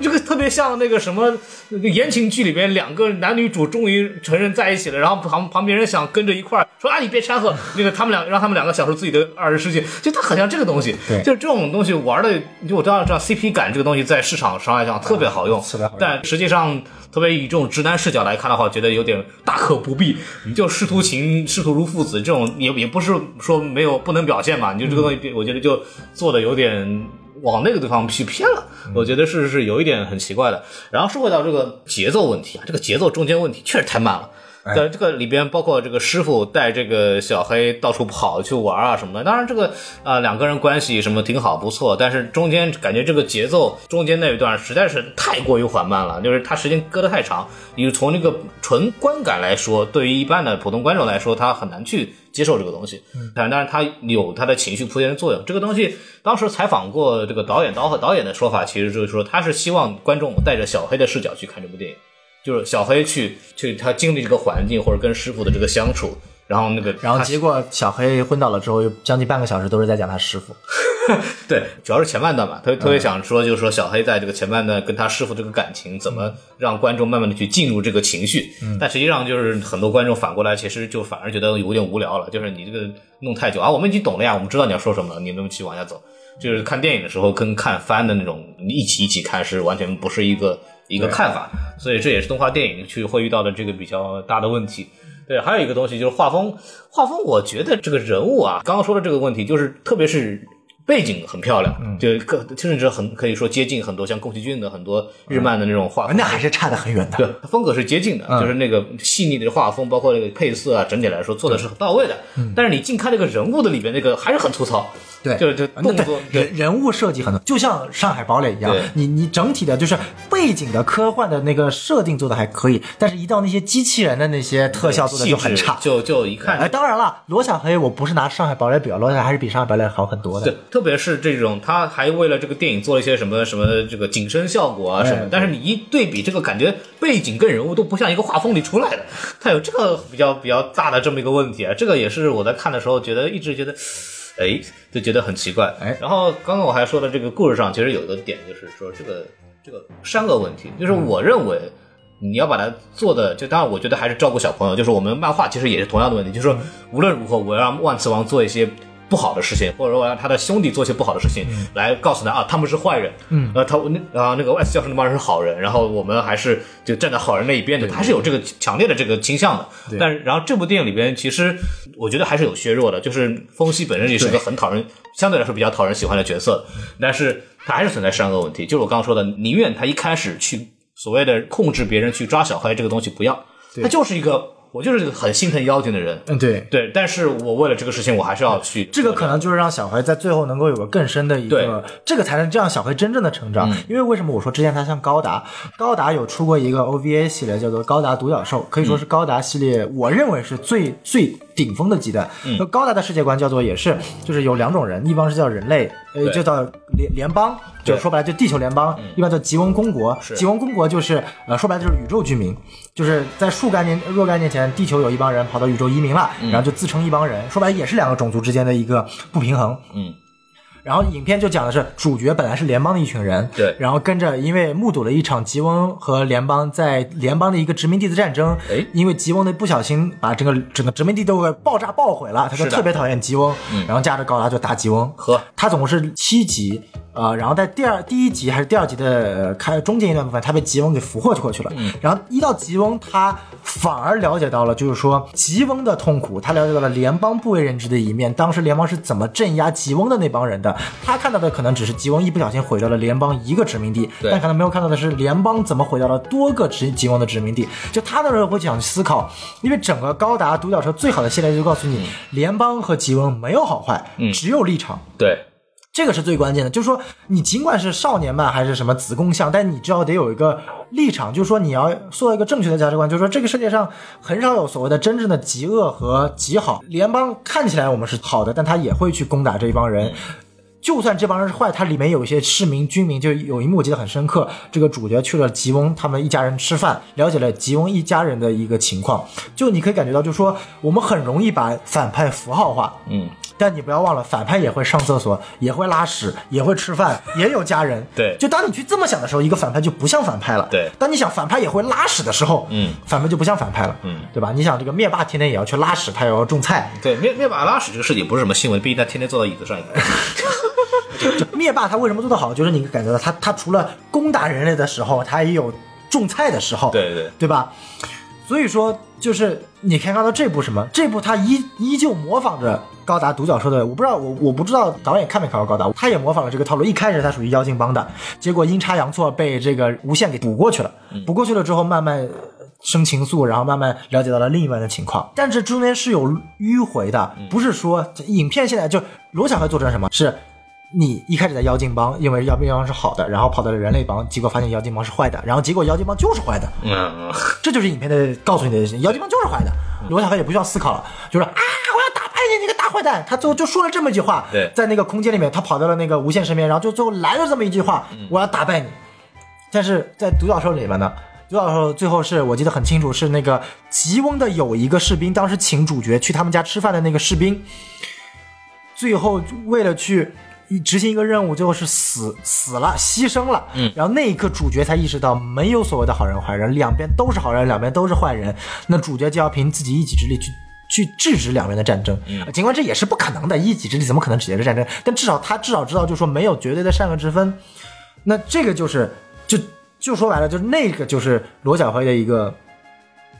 Speaker 3: 这这个特别像那个什么那个言情剧里边两个男女主终于承认在一起了，然后旁旁边人想跟着一块儿说啊你别掺和，那个他们俩让他们两个享受自己的二人世界，就它很像这个东西，
Speaker 2: 对
Speaker 3: 就是这种东西玩的，就我知道知道 CP 感这个东西在市场商业上特别好用，
Speaker 4: 特别好用
Speaker 3: 但实际上，特别以这种直男视角来看的话，觉得有点大可不必。你就师徒情、师徒如父子这种，也也不是说没有不能表现嘛。你就这个东西，我觉得就做的有点往那个地方去偏了。我觉得是是有一点很奇怪的。然后说回到这个节奏问题啊，这个节奏中间问题确实太慢了。在这个里边，包括这个师傅带这个小黑到处跑去玩啊什么的。当然，这个啊、呃两个人关系什么挺好，不错。但是中间感觉这个节奏中间那一段实在是太过于缓慢了，就是它时间隔得太长。你从这个纯观感来说，对于一般的普通观众来说，他很难去接受这个东西。但当然，它有它的情绪铺垫的作用。这个东西当时采访过这个导演，导导演的说法其实就是说，他是希望观众带着小黑的视角去看这部电影。就是小黑去去他经历这个环境或者跟师傅的这个相处，然后那个
Speaker 2: 然后
Speaker 3: 他
Speaker 2: 结果小黑昏倒了之后，有将近半个小时都是在讲他师傅。
Speaker 3: 对，主要是前半段吧，特别特别想说，就是说小黑在这个前半段跟他师傅这个感情，怎么让观众慢慢的去进入这个情绪。但实际上就是很多观众反过来，其实就反而觉得有点无聊了，就是你这个弄太久啊，我们已经懂了呀，我们知道你要说什么了，你们去往下走。就是看电影的时候跟看番的那种一起一起看是完全不是一个一个看法，所以这也是动画电影去会遇到的这个比较大的问题。对，还有一个东西就是画风，画风我觉得这个人物啊，刚刚说的这个问题，就是特别是背景很漂亮，
Speaker 2: 嗯
Speaker 3: 就可甚至很可以说接近很多像宫崎骏的很多日漫的那种画风，
Speaker 2: 啊那嗯还是差得很远的。
Speaker 3: 对，风格是接近的，就是那个细腻的画风，包括那个配色啊，整体来说做的是很到位的。但是你近看这个人物的里边，那个还是很粗糙，
Speaker 2: 嗯对，
Speaker 3: 就是这
Speaker 2: 啊
Speaker 3: 动
Speaker 2: 那
Speaker 3: 作，
Speaker 2: 对人人物设计很多，就像上海堡垒一样
Speaker 3: 对，
Speaker 2: 你你整体的就是背景的科幻的那个设定做的还可以，但是一到那些机器人的那些特效做的
Speaker 3: 气
Speaker 2: 就
Speaker 3: 质
Speaker 2: 很差。
Speaker 3: 就就一看
Speaker 2: 哎，当然了，罗小黑我不是拿上海堡垒比较，罗小黑还是比上海堡垒好很多的。
Speaker 3: 对，特别是这种，他还为了这个电影做了一些什么什么这个景深效果
Speaker 2: 哎
Speaker 3: 啊什么，但是你一对比，这个感觉背景跟人物都不像一个画风里出来的，它有这个比较比较大的这么一个问题啊，这个也是我在看的时候觉得一直觉得。哎，就觉得很奇怪。
Speaker 2: 哎
Speaker 3: 然后刚刚我还说的这个故事上，其实有一个点，就是说这个这个三个问题，就是我认为你要把它做的，就当然我觉得还是照顾小朋友，就是我们漫画其实也是同样的问题，就是说无论如何，我要让万磁王做一些不好的事情，或者说让他的兄弟做些不好的事情，来告诉他啊，他们是坏人，嗯，呃，他那啊那个 S 教授那帮人是好人，然后我们还是就站在好人那一边的，他是有这个强烈的这个倾向的。但是然后这部电影里边，其实我觉得还是有削弱的，就是风息本身也是个很讨人，相对来说比较讨人喜欢的角色，但是他还是存在善恶问题，就是我刚刚说的，宁愿他一开始去所谓的控制别人去抓小黑这个东西不要，他就是一个。我就是一个很心疼妖精的人，
Speaker 2: 嗯，对，
Speaker 3: 对，但是我为了这个事情，我还是要去
Speaker 2: 这个可能就是让小黑在最后能够有个更深的一个，这个才能让小黑真正的成
Speaker 3: 嗯
Speaker 2: 长。因为为什么我说之前他像高达，高达有出过一个 OVA 系列叫做《高达独角兽》，可以
Speaker 3: 嗯
Speaker 2: 说是高达系列我认为是最最顶峰的级的。
Speaker 3: 嗯
Speaker 2: 那、高达的世界观叫做也是，就是有两种人，一帮是叫人类，呃，
Speaker 3: 对
Speaker 2: 就叫联联邦，就
Speaker 3: 对嗯
Speaker 2: 说白了就地球联邦，一般叫吉翁公国。
Speaker 3: 是
Speaker 2: 吉翁公国就是呃说白了就是宇宙居民，就是在数概念若干年前，地球有一帮人跑到宇宙移民了，
Speaker 3: 嗯
Speaker 2: 然后就自称一帮人，说白了也是两个种族之间的一个不平衡。
Speaker 3: 嗯。
Speaker 2: 然后影片就讲的是主角本来是联邦的一群人，
Speaker 3: 对
Speaker 2: 然后跟着因为目睹了一场吉翁和联邦在联邦的一个殖民地的战争，
Speaker 3: 哎
Speaker 2: 因为吉翁的不小心把整个整个殖民地都给爆炸爆毁了，他就是
Speaker 3: 的嗯
Speaker 2: 特别讨厌吉翁，然后驾着高达就打吉翁，
Speaker 3: 呵
Speaker 2: 他总共是七集，呃，然后在第二第一集还是第二集的呃开中间一段部分，他被吉翁给俘获过去了。然后一到吉翁，他反而了解到了，就是说吉翁的痛苦，他了解到了联邦不为人知的一面。当时联邦是怎么镇压吉翁的那帮人的？他看到的可能只是吉翁一不小心毁掉了联邦一个殖民地，
Speaker 3: 对
Speaker 2: 但可能没有看到的是联邦怎么毁掉了多个殖吉翁的殖民地。就他那时候会想思考，因为整个高达独角兽最好的系列就告诉你，联邦和吉翁没有好坏，只有立场。
Speaker 3: 对
Speaker 2: 这个是最关键的，就是说你尽管是少年漫还是什么子宫向，但你至少得有一个立场，就是说你要塑造一个正确的价值观，就是说这个世界上很少有所谓的真正的极恶和极好。联邦看起来我们是好的，但他也会去攻打这一帮人。就算这帮人是坏，它里面有一些市民、军民，就有一幕我记得很深刻。这个主角去了吉翁他们一家人吃饭，了解了吉翁一家人的一个情况。就你可以感觉到，就是说我们很容易把反派符号化，嗯，但你不要忘了，反派也会上厕所，也会拉屎，也会吃饭，也有家人。
Speaker 3: 对
Speaker 2: 就当你去这么想的时候，一个反派就不像反派了。
Speaker 3: 对
Speaker 2: 当你想反派也会拉屎的时候，
Speaker 3: 嗯，
Speaker 2: 反派就不像反派了，
Speaker 3: 嗯
Speaker 2: 对吧？你想这个灭霸天天也要去拉屎，他也要种菜，
Speaker 3: 对，灭灭霸拉屎这个事情不是什么新闻，毕竟他天天坐到椅子上。
Speaker 2: 灭霸他为什么做得好？就是你感觉到他他除了攻打人类的时候，他也有种菜的时候，
Speaker 3: 对对
Speaker 2: 对吧？所以说，就是你可以看到这部什么，这部他依依旧模仿着高达独角兽的，我不知道我我不知道导演看没看过高达，他也模仿了这个套路。一开始他属于妖精帮的，结果阴差阳错被这个无限给补过去了，补过去了之后慢慢。生情愫，然后慢慢了解到了另一半的情况，但这中间是有迂回的，不是说影片现在就罗小黑做成什么是你一开始在妖精帮，因为妖精帮是好的，然后跑到了人类帮，结果发现妖精帮是坏的，然后结果妖精帮就是坏的，
Speaker 3: 嗯，
Speaker 2: 这就是影片的告诉你的事情，妖精帮就是坏的。罗小黑也不需要思考了，就说啊，我要打败你那个大坏蛋。他最后就说了这么一句话，
Speaker 3: 对
Speaker 2: 在那个空间里面，他跑到了那个无限身边，然后就最后来了这么一句话，我要打败你。但是在独角兽里面呢，独角兽最后是我记得很清楚，是那个吉翁的有一个士兵，当时请主角去他们家吃饭的那个士兵，最后为了去执行一个任务，最后是死死了，牺牲了。嗯，然后那一刻主角才意识到，没有所谓的好人坏人，两边都是好人，两边都是坏人。那主角就要凭自己一己之力去。去制止两边的战争，呃尽管这也是不可能的，一己之力怎么可能解决战争？但至少他至少知道，就是说没有绝对的善恶之分。那这个就是，就就说白了，就是那个就是罗小黑的一个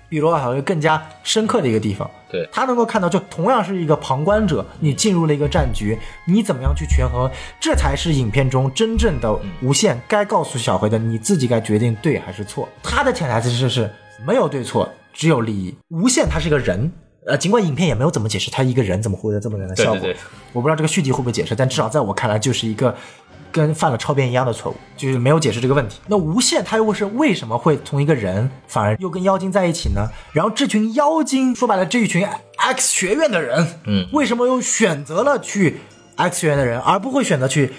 Speaker 2: 比罗小黑更加深刻的一个地方。
Speaker 3: 对
Speaker 2: 他能够看到，就同样是一个旁观者，你进入了一个战局，你怎么样去权衡，这才是影片中真正的无限该告诉小黑的，你自己该决定对还是错。他的潜台词是是没有对错，只有利益。无限他是一个人。呃，尽管影片也没有怎么解释他一个人怎么获得这么样的
Speaker 3: 对
Speaker 2: 效
Speaker 3: 对
Speaker 2: 果，
Speaker 3: 对
Speaker 2: 我不知道这个续集会不会解释，但至少在我看来就是一个跟犯了超编一样的错误，就是没有解释这个问题。那无限他又是为什么会从一个人反而又跟妖精在一起呢？然后这群妖精说白了，这一群 X 学院的人，嗯，为什么又选择了去 X 学院的人，而不会选择去？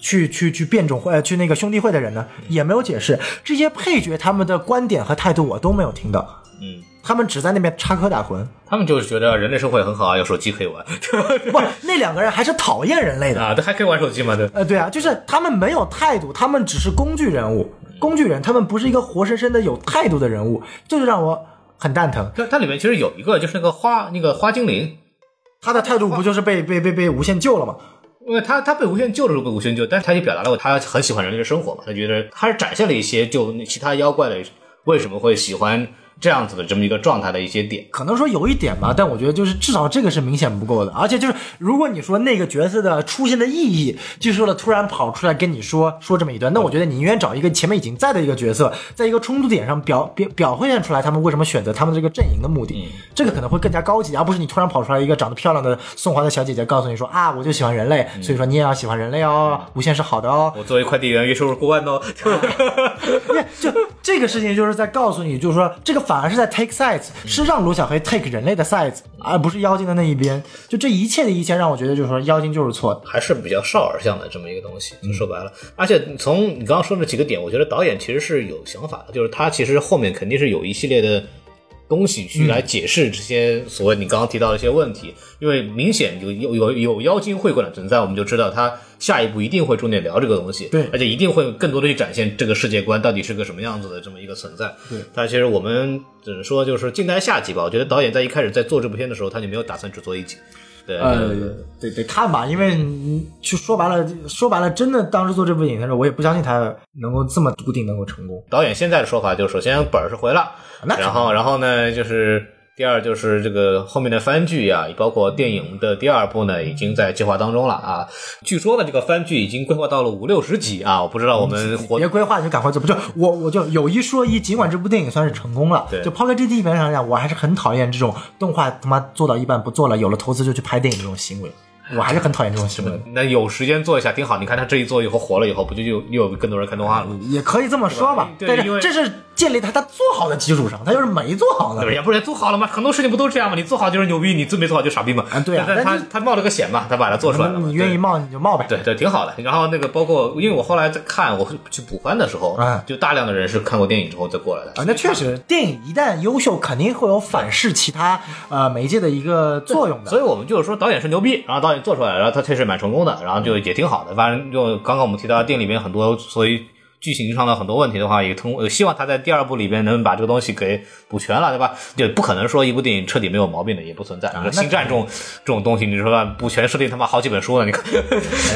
Speaker 2: 去去去变种会呃去那个兄弟会的人呢，
Speaker 3: 嗯
Speaker 2: 也没有解释这些配角他们的观点和态度，我都没有听到。
Speaker 3: 嗯，
Speaker 2: 他们只在那边插科打诨，
Speaker 3: 他们就是觉得人类社会很好啊，有手机可以玩
Speaker 2: 不，那两个人还是讨厌人类的，
Speaker 3: 啊，对，还可以玩手机嘛，对。
Speaker 2: 呃，对啊，就是他们没有态度，他们只是工具人物，工具人，他们不是一个活生生的有态度的人物，这就让我很蛋疼。
Speaker 3: 它它里面其实有一个就是那个花那个花精灵，
Speaker 2: 他的态度不就是被被被被无限救了吗？
Speaker 3: 因为他他被无限救的时候被无限救，但是他也表达了他很喜欢人类的生活嘛，他觉得他是展现了一些就其他妖怪的为什么会喜欢这样子的这么一个状态的一些点。
Speaker 2: 可能说有一点吧，但我觉得就是至少这个是明显不够的。而且就是如果你说那个角色的出现的意义，就是为了突然跑出来跟你说说这么一段，那我觉得你宁愿找一个前面已经在的一个角色，在一个冲突点上表表表现出来他们为什么选择他们这个阵营的目的，这个可能会更加高级，而不是你突然跑出来一个长得漂亮的送花的小姐姐告诉你说啊，我就喜欢人类，所以说你也要喜欢人类哦，无限是好的哦，
Speaker 3: 我作为快递员，月收入过 万哦。
Speaker 2: 就这个事情就是在告诉你，就是说这个反而是在 take sides，是
Speaker 3: 嗯
Speaker 2: 让罗小黑 take 人类的 sides，而不是妖精的那一边。就这一切的一切，让我觉得就是说妖精就是错的。
Speaker 3: 还是比较少儿向的这么一个东西，
Speaker 2: 嗯
Speaker 3: 就说白了。而且从你刚刚说的几个点，我觉得导演其实是有想法的，就是他其实后面肯定是有一系列的东西
Speaker 2: 嗯
Speaker 3: 去来解释这些所谓你刚刚提到的一些问题，因为明显有有有有妖精会馆的存在，我们就知道他下一步一定会重点聊这个东西，
Speaker 2: 对
Speaker 3: 而且一定会更多的去展现这个世界观到底是个什么样子的这么一个存在。对，但其实我们只能说就是静待下集吧。我觉得导演在一开始在做这部片的时候，他就没有打算只做一集。对，
Speaker 2: 呃，得得看吧，因为你就说白了，说白了，真的当时做这部影片的时候，我也不相信他能够这么笃定能够成功。
Speaker 3: 导演现在的说法就是，首先本儿是回了，
Speaker 2: 那肯定
Speaker 3: 然后然后呢就是第二就是这个后面的番剧啊，包括电影的第二部呢，已经在计划当中了啊。据说呢这个番剧已经规划到了五六十集啊，我不知道我们活
Speaker 2: 别规划就赶快做，不就我我就有一说一，尽管这部电影算是成功了
Speaker 3: 对，
Speaker 2: 就抛开这地面上讲，我还是很讨厌这种动画他妈做到一半不做了，有了投资就去拍电影这种行为，我还是很讨厌这种行为。
Speaker 3: 那有时间做一下挺好。你看他这一做以后火了以后，不就又又有更多人看动画了吗？
Speaker 2: 也可以这么说吧，
Speaker 3: 对
Speaker 2: 但
Speaker 3: 因为
Speaker 2: 是这是建立在他做好的基础上，他就是没做好呢
Speaker 3: 对，。也不是做好了吗？很多事情不都这样吗？你做好就是牛逼，你做没做好就傻逼嘛。
Speaker 2: 啊对啊
Speaker 3: 但但
Speaker 2: 但
Speaker 3: 他他冒了个险嘛，他把它做出来了嘛。
Speaker 2: 你愿
Speaker 3: 对
Speaker 2: 意冒你就冒呗。
Speaker 3: 对对，挺好的。然后那个包括，因为我后来在看，我去补番的时候，
Speaker 2: 哎
Speaker 3: 就大量的人是看过电影之后再过来的。
Speaker 2: 啊，那确实，电影一旦优秀，肯定会有反噬其他呃媒介的一个作用
Speaker 3: 所
Speaker 2: 的。
Speaker 3: 以我们就是说，导演是牛逼，然后导演做出来了，然后他确实蛮成功的，然后就也挺好的。反正就刚刚我们提到电影里面很多，所以剧情上的很多问题的话，也通呃希望他在第二部里边能把这个东西给补全了，对吧？就不可能说一部电影彻底没有毛病的，也不存在。
Speaker 2: 啊
Speaker 3: 那星战这种这种东西，你说吧补全设定他妈好几本书了，你看。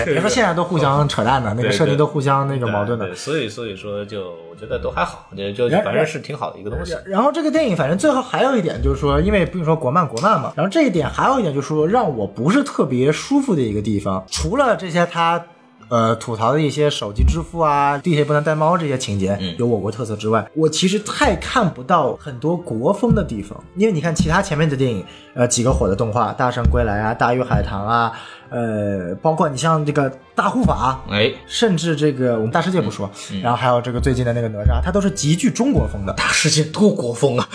Speaker 2: 别说现在都互相扯淡的，那
Speaker 3: 对
Speaker 2: 个
Speaker 3: 对
Speaker 2: 设定都互相那个矛盾的
Speaker 3: 对，。所以所以说就我觉得都还好，就就
Speaker 2: 然
Speaker 3: 反正是挺好的一个东西。
Speaker 2: 然后这个电影，反正最后还有一点就是说，因为不是说国漫国漫嘛，然后这一点还有一点就是说，让我不是特别舒服的一个地方，除了这些他。呃，吐槽的一些手机支付啊，地铁不能带猫这些情节有我国特色之外，我其实太看不到很多国风的地方，因为你看其他前面的电影，呃，几个火的动画，《大圣归来》啊，《大鱼海棠》啊，呃，包括你像这个《大护法》，
Speaker 3: 哎，
Speaker 2: 甚至这个我们大世界不说，然后还有这个最近的那个哪吒，它都是极具中国风的，
Speaker 3: 大世界多国风 啊，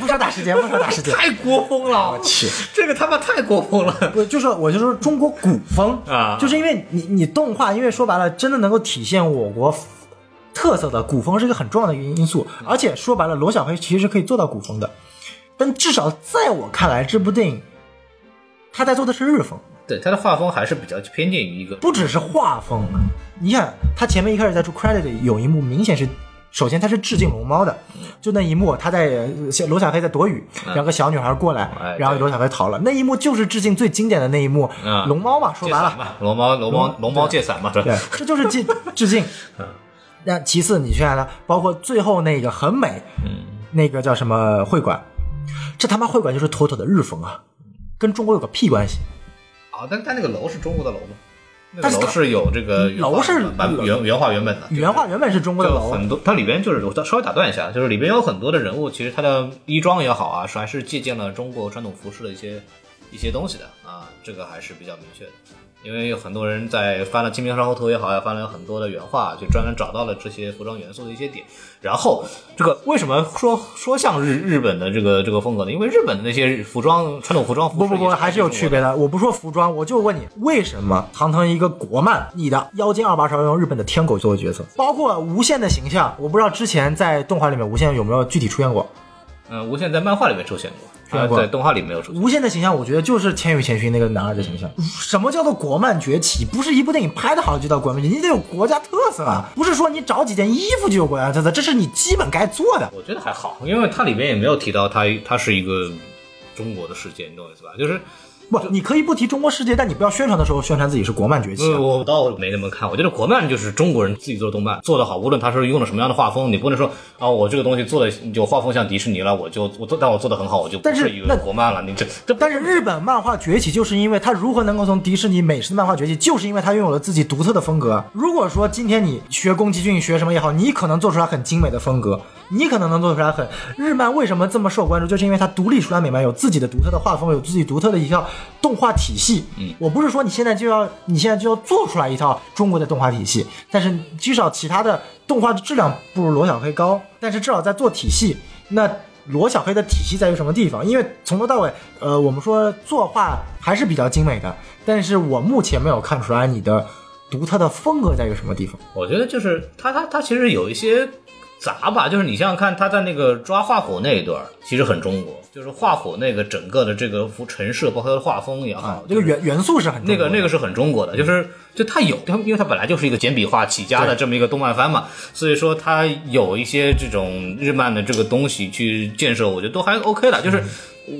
Speaker 2: 不说大世界，不说大世界，
Speaker 3: 太国风了！我去，这个他妈太国风了。
Speaker 2: 不就是我就说中国古风
Speaker 3: 啊
Speaker 2: 就是因为你你动画，因为说白了，真的能够体现我国特色的古风是一个很重要的因因素，而且说白了，罗小黑其实是可以做到古风的，但至少在我看来，这部电影他在做的是日风，
Speaker 3: 对，他的画风还是比较偏见于一个
Speaker 2: 不只是画风，啊你看他前面一开始在出 credit 里有一幕明显是。首先，他是致敬龙猫的，就那一幕，他在呃小罗小黑在躲雨，两个小女孩过
Speaker 3: 嗯哎
Speaker 2: 来，
Speaker 3: 对
Speaker 2: 然后罗小黑逃了。那一幕就是致敬最经典的那一幕
Speaker 3: 嗯，
Speaker 2: 龙猫嘛，说
Speaker 3: 借
Speaker 2: 白了
Speaker 3: 伞，嘛，龙猫龙猫龙猫借伞嘛，对
Speaker 2: 对，这就是致致 敬。
Speaker 3: 嗯
Speaker 2: 那其次，你去看它，包括最后那个很美，
Speaker 3: 嗯
Speaker 2: 那个叫什么会馆，这他妈会馆就是妥妥的日风啊，跟中国有个屁关系？
Speaker 3: 啊，但但那个楼是中国的楼吗？那个
Speaker 2: 但是
Speaker 3: 楼
Speaker 2: 它
Speaker 3: 是有这个原画
Speaker 2: 楼是
Speaker 3: 版原原画原本的，
Speaker 2: 原画原本是中国的
Speaker 3: 就
Speaker 2: 楼，
Speaker 3: 很多，它里边就是我稍微打断一下，就是里边有很多的人物，其实他的衣装也好啊，是还是借鉴了中国传统服饰的一些一些东西的啊，这个还是比较明确的。因为有很多人在翻了《清明上河图》也好呀，翻了很多的原画，就专门找到了这些服装元素的一些点。然后，这个为什么说说像日日本的这个这个风格呢？因为日本的那些服装传统服装服
Speaker 2: 不
Speaker 3: 饰
Speaker 2: 不不，
Speaker 3: 也
Speaker 2: 还是有区别的。我不说服装，我就问你，为什么堂堂一个国漫，你的妖精二把手要用日本的天狗作为角色，包括无限的形象，我不知道之前在动画里面无限有没有具体出现过。
Speaker 3: 嗯、无限在漫画里面出现过，
Speaker 2: 出现过
Speaker 3: 啊在动画里没有出现。
Speaker 2: 无限的形象，我觉得就是《千与千寻》那个男二的形象。什么叫做国漫崛起？不是一部电影拍的好就叫国漫崛起，你得有国家特色啊！不是说你找几件衣服就有国家特色，这是你基本该做的。
Speaker 3: 我觉得还好，因为它里面也没有提到它它是一个中国的世界，你懂我意思吧？就是
Speaker 2: 不，你可以不提中国世界，但你不要宣传的时候宣传自己是国漫崛起啊。
Speaker 3: 嗯，我倒没那么看。我觉得国漫就是中国人自己做的动漫做得好，无论他是用了什么样的画风，你不能说啊，我这个东西做的有画风像迪士尼了，我就我做，但我做的很好，我就不
Speaker 2: 但是
Speaker 3: 一
Speaker 2: 那
Speaker 3: 个国漫了。你这这
Speaker 2: 但是日本漫画崛起，就是因为它如何能够从迪士尼美式漫画崛起，就是因为它拥有了自己独特的风格。如果说今天你学宫崎骏学什么也好，你可能做出来很精美的风格，你可能能做出来很日漫为什么这么受关注，就是因为它独立出来美漫有自己的独特的画风，有自己独特的一套动画体系。嗯，我不是说你现在就要你现在就要做出来一套中国的动画体系，但是至少其他的动画质量不如罗小黑高，但是至少在做体系那。罗小黑的体系在于什么地方？因为从头到尾，呃，我们说作画还是比较精美的，但是我目前没有看出来你的独特的风格在于什么地方。
Speaker 3: 我觉得就是他他他其实有一些杂吧，就是你想想看，他在那个抓画虎那一段儿，其实很中国，就是画虎那个整个的这个幅陈设，包括它的画风也好，
Speaker 2: 哦这个元元素是很重
Speaker 3: 那
Speaker 2: 要的嗯
Speaker 3: 个那个是很中国的，就是就它有，它因为它本来就是一个简笔画起家的这么一个动漫番嘛，所以说它有一些这种日漫的这个东西去建设，我觉得都还 OK 的，
Speaker 2: 嗯
Speaker 3: 就是。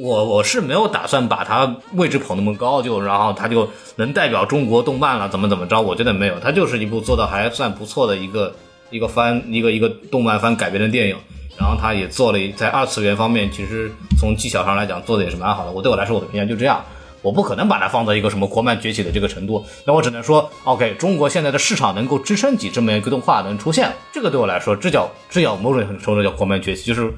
Speaker 3: 我我是没有打算把它位置捧那么高，就然后它就能代表中国动漫了，怎么怎么着？我觉得没有，它就是一部做的还算不错的一个一个番，一个一个动漫番改编的电影。然后他也做了一在二次元方面，其实从技巧上来讲做的也是蛮好的。我对我来说，我的评价就这样。我不可能把它放到一个什么国漫崛起的这个程度，那我只能说，OK，中国现在的市场能够支撑起这么一个动画能出现，这个对我来说，这叫这叫某种程度叫国漫崛起，就是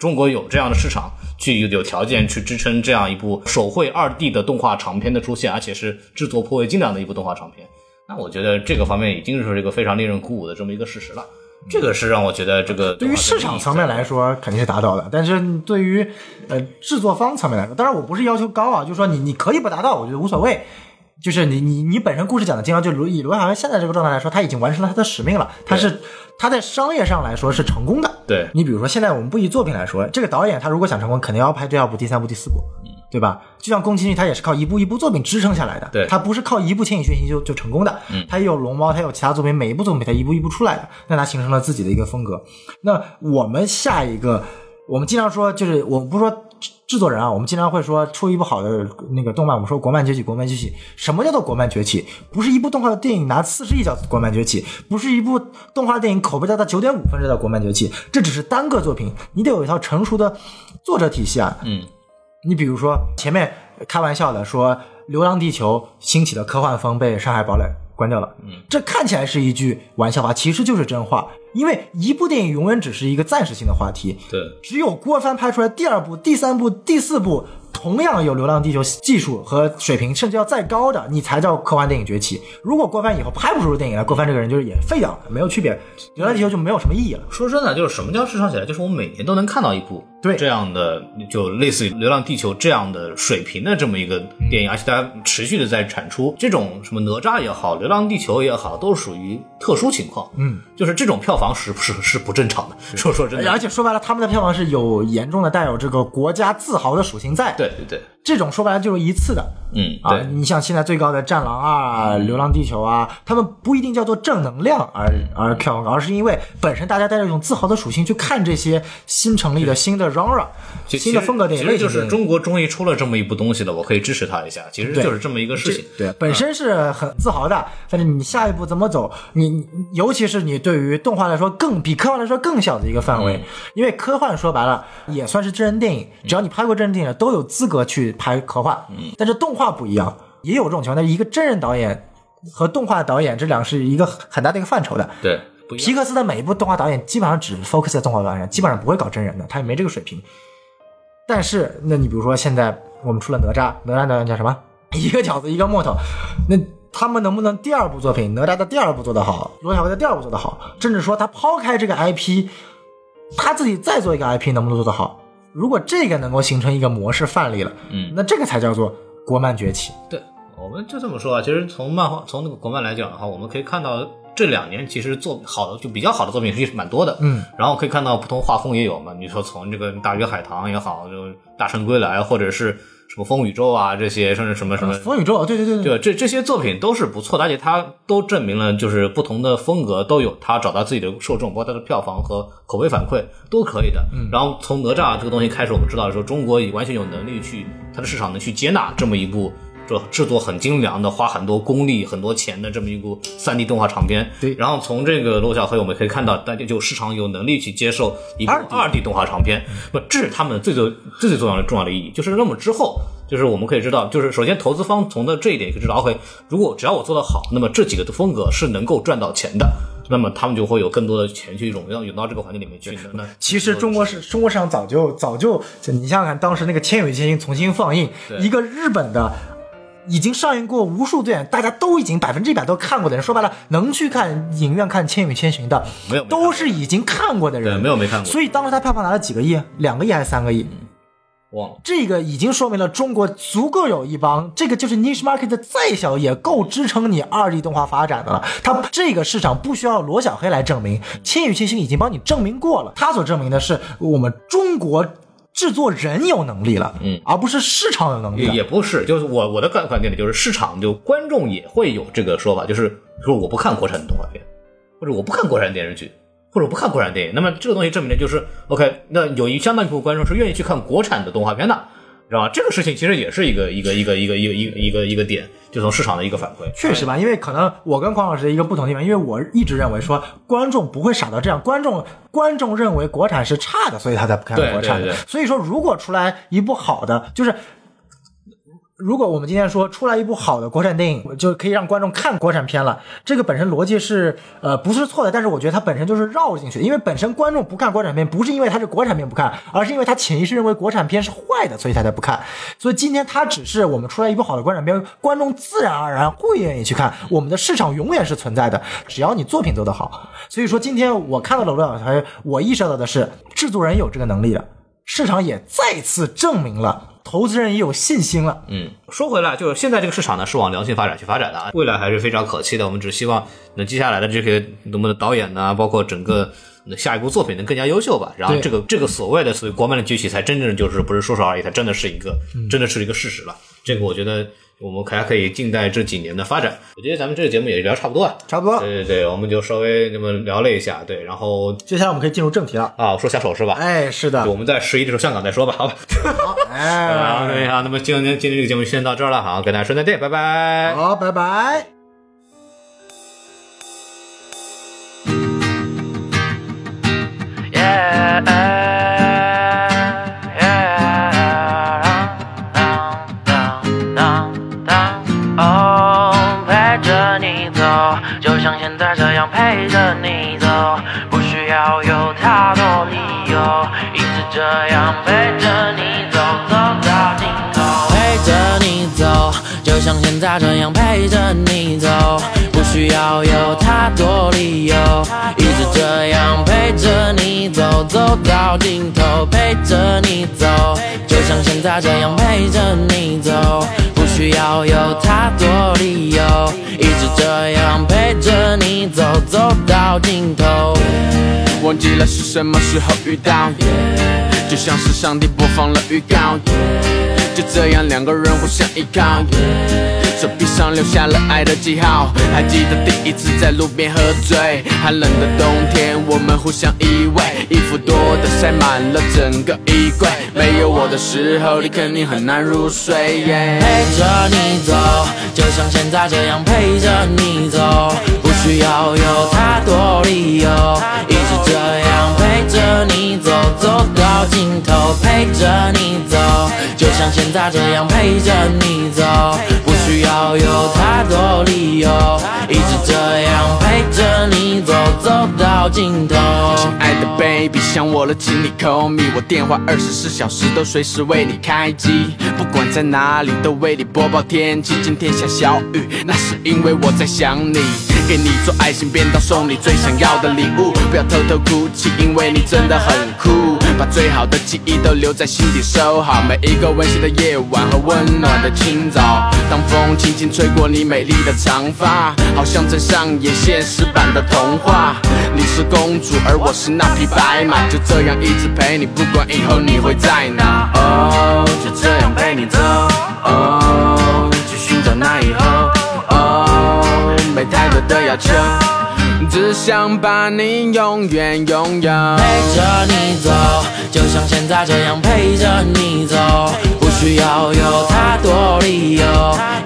Speaker 3: 中国有这样的市场去有有条件去支撑这样一部手绘二 D 的动画长片的出现，而且是制作颇为精良的一部动画长片。那我觉得这个方面已经是一个非常令人鼓舞的这么一个事实了。这个是让我觉得这个
Speaker 2: 对于市场层面来说肯定是达到的，但是对于呃制作方层面来说，当然我不是要求高啊，就是说你你可以不达到，我觉得无所谓。就是你你你本身故事讲的精良，就罗以罗小黑现在这个状态来说，他已经完成了他的使命了，他是他在商业上来说是成功的。
Speaker 3: 对
Speaker 2: 你比如说现在我们不以作品来说，这个导演他如果想成功，肯定要拍第二部、第三部、第四部，对吧？就像宫崎骏，他也是靠一部一部作品支撑下来的，
Speaker 3: 对
Speaker 2: 他不是靠一部《千与千寻》就就成功的，他也有龙猫，他有其他作品，每一部作品他一步一步出来的，那他形成了自己的一个风格。那我们下一个，我们经常说，就是我们不说制制作人啊，我们经常会说出一部好的那个动漫，我们说国漫崛起，国漫崛起。什么叫做国漫崛起？不是一部动画的电影拿四十亿叫国漫崛起，不是一部动画电影口碑达到九点五分这叫国漫崛起，这只是单个作品，你得有一套成熟的作者体系啊。
Speaker 3: 嗯，
Speaker 2: 你比如说前面开玩笑的说，《流浪地球》兴起的科幻风被《上海堡垒》关掉了，嗯，这看起来是一句玩笑话，其实就是真话，因为一部电影永远只是一个暂时性的话题，
Speaker 3: 对
Speaker 2: 只有郭帆拍出来第二部、第三部、第四部同样有《流浪地球》技术和水平，甚至要再高的，你才叫科幻电影崛起。如果郭帆以后拍不出电影来，郭帆这个人就是也废掉了，没有区别，《流浪地球》就没有什么意义了。
Speaker 3: 说真的，就是什么叫市场起来，就是我每年都能看到一部
Speaker 2: 对
Speaker 3: 这样的，就类似于《流浪地球》这样的水平的这么一个电影，而且它持续的在产出。这种什么哪吒也好，《流浪地球》也好，都属于特殊情况。嗯，就是这种票房是 是是不正常的。说说真的，
Speaker 2: 哎而且说白了，他们的票房是有严重的带有这个国家自豪的属性在。
Speaker 3: 对对对，
Speaker 2: 这种说白了就是一次的
Speaker 3: 嗯
Speaker 2: 啊。你像现在最高的《战狼》啊，《流浪地球》啊，他们不一定叫做正能量而而票房高，而是因为本身大家带着一种自豪的属性去看这些新成立的新的 genre、
Speaker 3: 对，
Speaker 2: 新的风格电影
Speaker 3: 其
Speaker 2: 类
Speaker 3: 实
Speaker 2: 型
Speaker 3: 就
Speaker 2: 电影。
Speaker 3: 是中国终于出了这么一部东西了，我可以支持他一下。其实
Speaker 2: 对
Speaker 3: 就是这么一个事情。
Speaker 2: 对，本身是很自豪的，但是你下一步怎么走，你你尤其是你对于动画来说更比科幻来说更小的一个范围，因为科幻说白了也算是真人电影，只要你拍过真人电影，都有资格去拍科幻。但是动画不一样，也有这种情况，但是一个真人导演和动画导演这两个是一个很大的一个范畴的。
Speaker 3: 对，不一样。
Speaker 2: 皮克斯的每一部动画导演基本上只 focus 在动画导演，基本上不会搞真人的，他也没这个水平。但是，那你比如说现在我们出了哪吒，哪吒导演叫什么？一个饺子一个木头，那他们能不能第二部作品哪吒的第二部做得好，罗小黑的第二部做得好，甚至说他抛开这个 IP，他自己再做一个 IP 能不能做得好？如果这个能够形成一个模式范例了，
Speaker 3: 嗯
Speaker 2: 那这个才叫做国漫崛起。
Speaker 3: 对，我们就这么说啊。其实从漫画，从那个国漫来讲的话，我们可以看到这两年其实做好的就比较好的作品其实蛮多的。
Speaker 2: 嗯，
Speaker 3: 然后可以看到不同画风也有嘛。你说从这个《大鱼海棠》也好，就《大圣归来》，或者是什么《风宇宙》啊这些，甚至什么什么。
Speaker 2: 呃风宇宙，对对对对，
Speaker 3: 对，这这些作品都是不错的，而且它都证明了，就是不同的风格都有它找到自己的受众，包括它的票房和口碑反馈都可以的。然后从哪吒这个东西开始，我们知道说中国也完全有能力去它的市场能去接纳这么一部。这制作很精良的，花很多功力、很多钱的这么一部 3D 动画长片，
Speaker 2: 对
Speaker 3: 然后从这个罗小黑我们可以看到，大家就市场有能力去接受一部 2D 动画长片，不，这是他们最最最最重要的重要的意义。就是那么之后，就是我们可以知道，就是首先投资方从的这一点可以知道，OK，如果只要我做得好，那么这几个风格是能够赚到钱的，那么他们就会有更多的钱去涌到涌到这个环境里面去。那
Speaker 2: 其实中国是中国市场早就早就，就你想想看，当时那个《千与千寻》重新放映，一个日本的。已经上映过无数遍，大家都已经百分之一百都看过的人，说白了，能去看影院看《千与千寻》的，
Speaker 3: 没有没看过
Speaker 2: 都是已经看过的人，
Speaker 3: 对没有没看过
Speaker 2: 所以当时他票房拿了几个亿，两个亿还是三个亿？
Speaker 3: 忘了。
Speaker 2: 这个已经说明了中国足够有一帮，这个就是 niche market 再小也够支撑你二 D 动画发展的了。它这个市场不需要罗小黑来证明，千与千寻已经帮你证明过了。他所证明的是我们中国制作人有能力了，嗯，而不是市场有能力啊
Speaker 3: 也
Speaker 2: 了。
Speaker 3: 也不是，就是我我的观观点里就是市场就观众也会有这个说法，就是说我不看国产动画片，或者我不看国产电视剧，或者我不看国产电影。那么这个东西证明的就是 OK，那有一相当一部分观众是愿意去看国产的动画片的，知道吧？这个事情其实也是一个一个一个一个一个一个一个一个点，就从市场的一个反馈。
Speaker 2: 确实吧，因为可能我跟黄老师的一个不同的地方，因为我一直认为说观众不会傻到这样，观众观众认为国产是差的，所以他才不看
Speaker 3: 对
Speaker 2: 国产
Speaker 3: 对
Speaker 2: 的
Speaker 3: 对。
Speaker 2: 所以说，如果出来一部好的，就是如果我们今天说出来一部好的国产电影，就可以让观众看国产片了，这个本身逻辑是呃不是错的，但是我觉得它本身就是绕进去的，因为本身观众不看国产片，不是因为它是国产片不看，而是因为他潜意识认为国产片是坏的，所以他才不看。所以今天它只是我们出来一部好的国产片，观众自然而然会愿意去看，我们的市场永远是存在的，只要你作品做得好。所以说今天我看到了罗小黑，哎我意识到的是制作人有这个能力了，市场也再次证明了。投资人也有信心了，
Speaker 3: 嗯，说回来，就是现在这个市场呢是往良性发展去发展的啊，未来还是非常可期的。我们只希望那接下来的这些我们的导演呢，包括整个嗯下一部作品能更加优秀吧。然后
Speaker 2: 对
Speaker 3: 这个这个所谓的所谓国漫的崛起，才真正就是不是说说而已，它真的是一个
Speaker 2: 嗯
Speaker 3: 真的是一个事实了。这个我觉得我们还可以静待这几年的发展。我觉得咱们这个节目也聊差不多了。啊
Speaker 2: 差不多。
Speaker 3: 对对对，我们就稍微那么聊了一下，对，然后
Speaker 2: 接下来我们可以进入正题了。
Speaker 3: 啊，我说下手是吧？
Speaker 2: 哎，是
Speaker 3: 就
Speaker 2: 的，
Speaker 3: 我们在十一的时候香港再说吧，好吧？啊，
Speaker 2: 哎，
Speaker 3: 对啊，那么今天今天这个节目就先到这儿了，好，跟大家说再见，拜拜。
Speaker 2: 好，拜拜。
Speaker 6: Yeah, yeah, yeah, down, down, down, down, down. 哦，陪着你走，就像现在这样陪着你走，不需要有太多理由，一直这样陪着你走，走到尽头。陪着你走，就像现在这样陪着你走，不需要有太多理由，一直这样陪着你走，走到尽头，陪着你走，就像现在这样陪着你走，不需要有太多理由，一直这样陪着你走，走到尽头。
Speaker 7: 忘记了是什么时候遇到就像是上帝播放了预告就这样两个人互相依靠手臂上留下了爱的记号。还记得第一次在路边喝醉，寒冷的冬天，我们互相依偎，衣服多的塞满了整个衣柜。没有我的时候，你肯定很难入睡。耶
Speaker 6: 陪着你走，就像现在这样陪着你走，不需要有太多理由，一直这样陪着你走，走到尽头，陪着你走，就像现在这样陪着你走，不需要有太多理由，一直这样陪着你走，走到尽头。
Speaker 7: 亲爱的 baby，想我了，请你 call me，我电话二十四小时都随时为你开机，不管在哪里都为你播报天气。今天下小雨，那是因为我在想你。给你做爱心便当，送你最想要的礼物，不要偷偷哭泣，因为你真的很酷。把最好的记忆都留在心底收好，每一个温馨的夜晚和温暖的清早。当风轻轻吹过你美丽的长发，好像正上演现实版的童话。你是公主，而我是那匹白马，就这样一直陪你，不管以后你会在哪。哦，就这样陪你走。哦，去寻找那以后。哦，没太多的要求，只想把你永远拥有。
Speaker 6: 陪着你走，就像现在这样陪着你走，不需要有太多理由，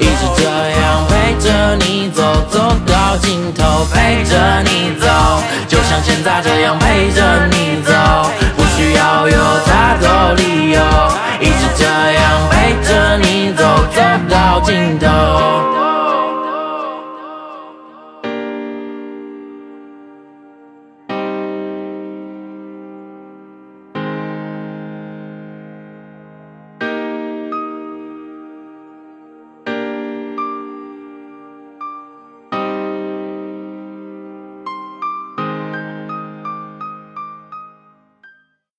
Speaker 6: 一直这样陪着你走，走到尽头，陪着你走，就像现在这样陪着你走，不需要有太哦多理由，一直这样陪着你走，走到尽头，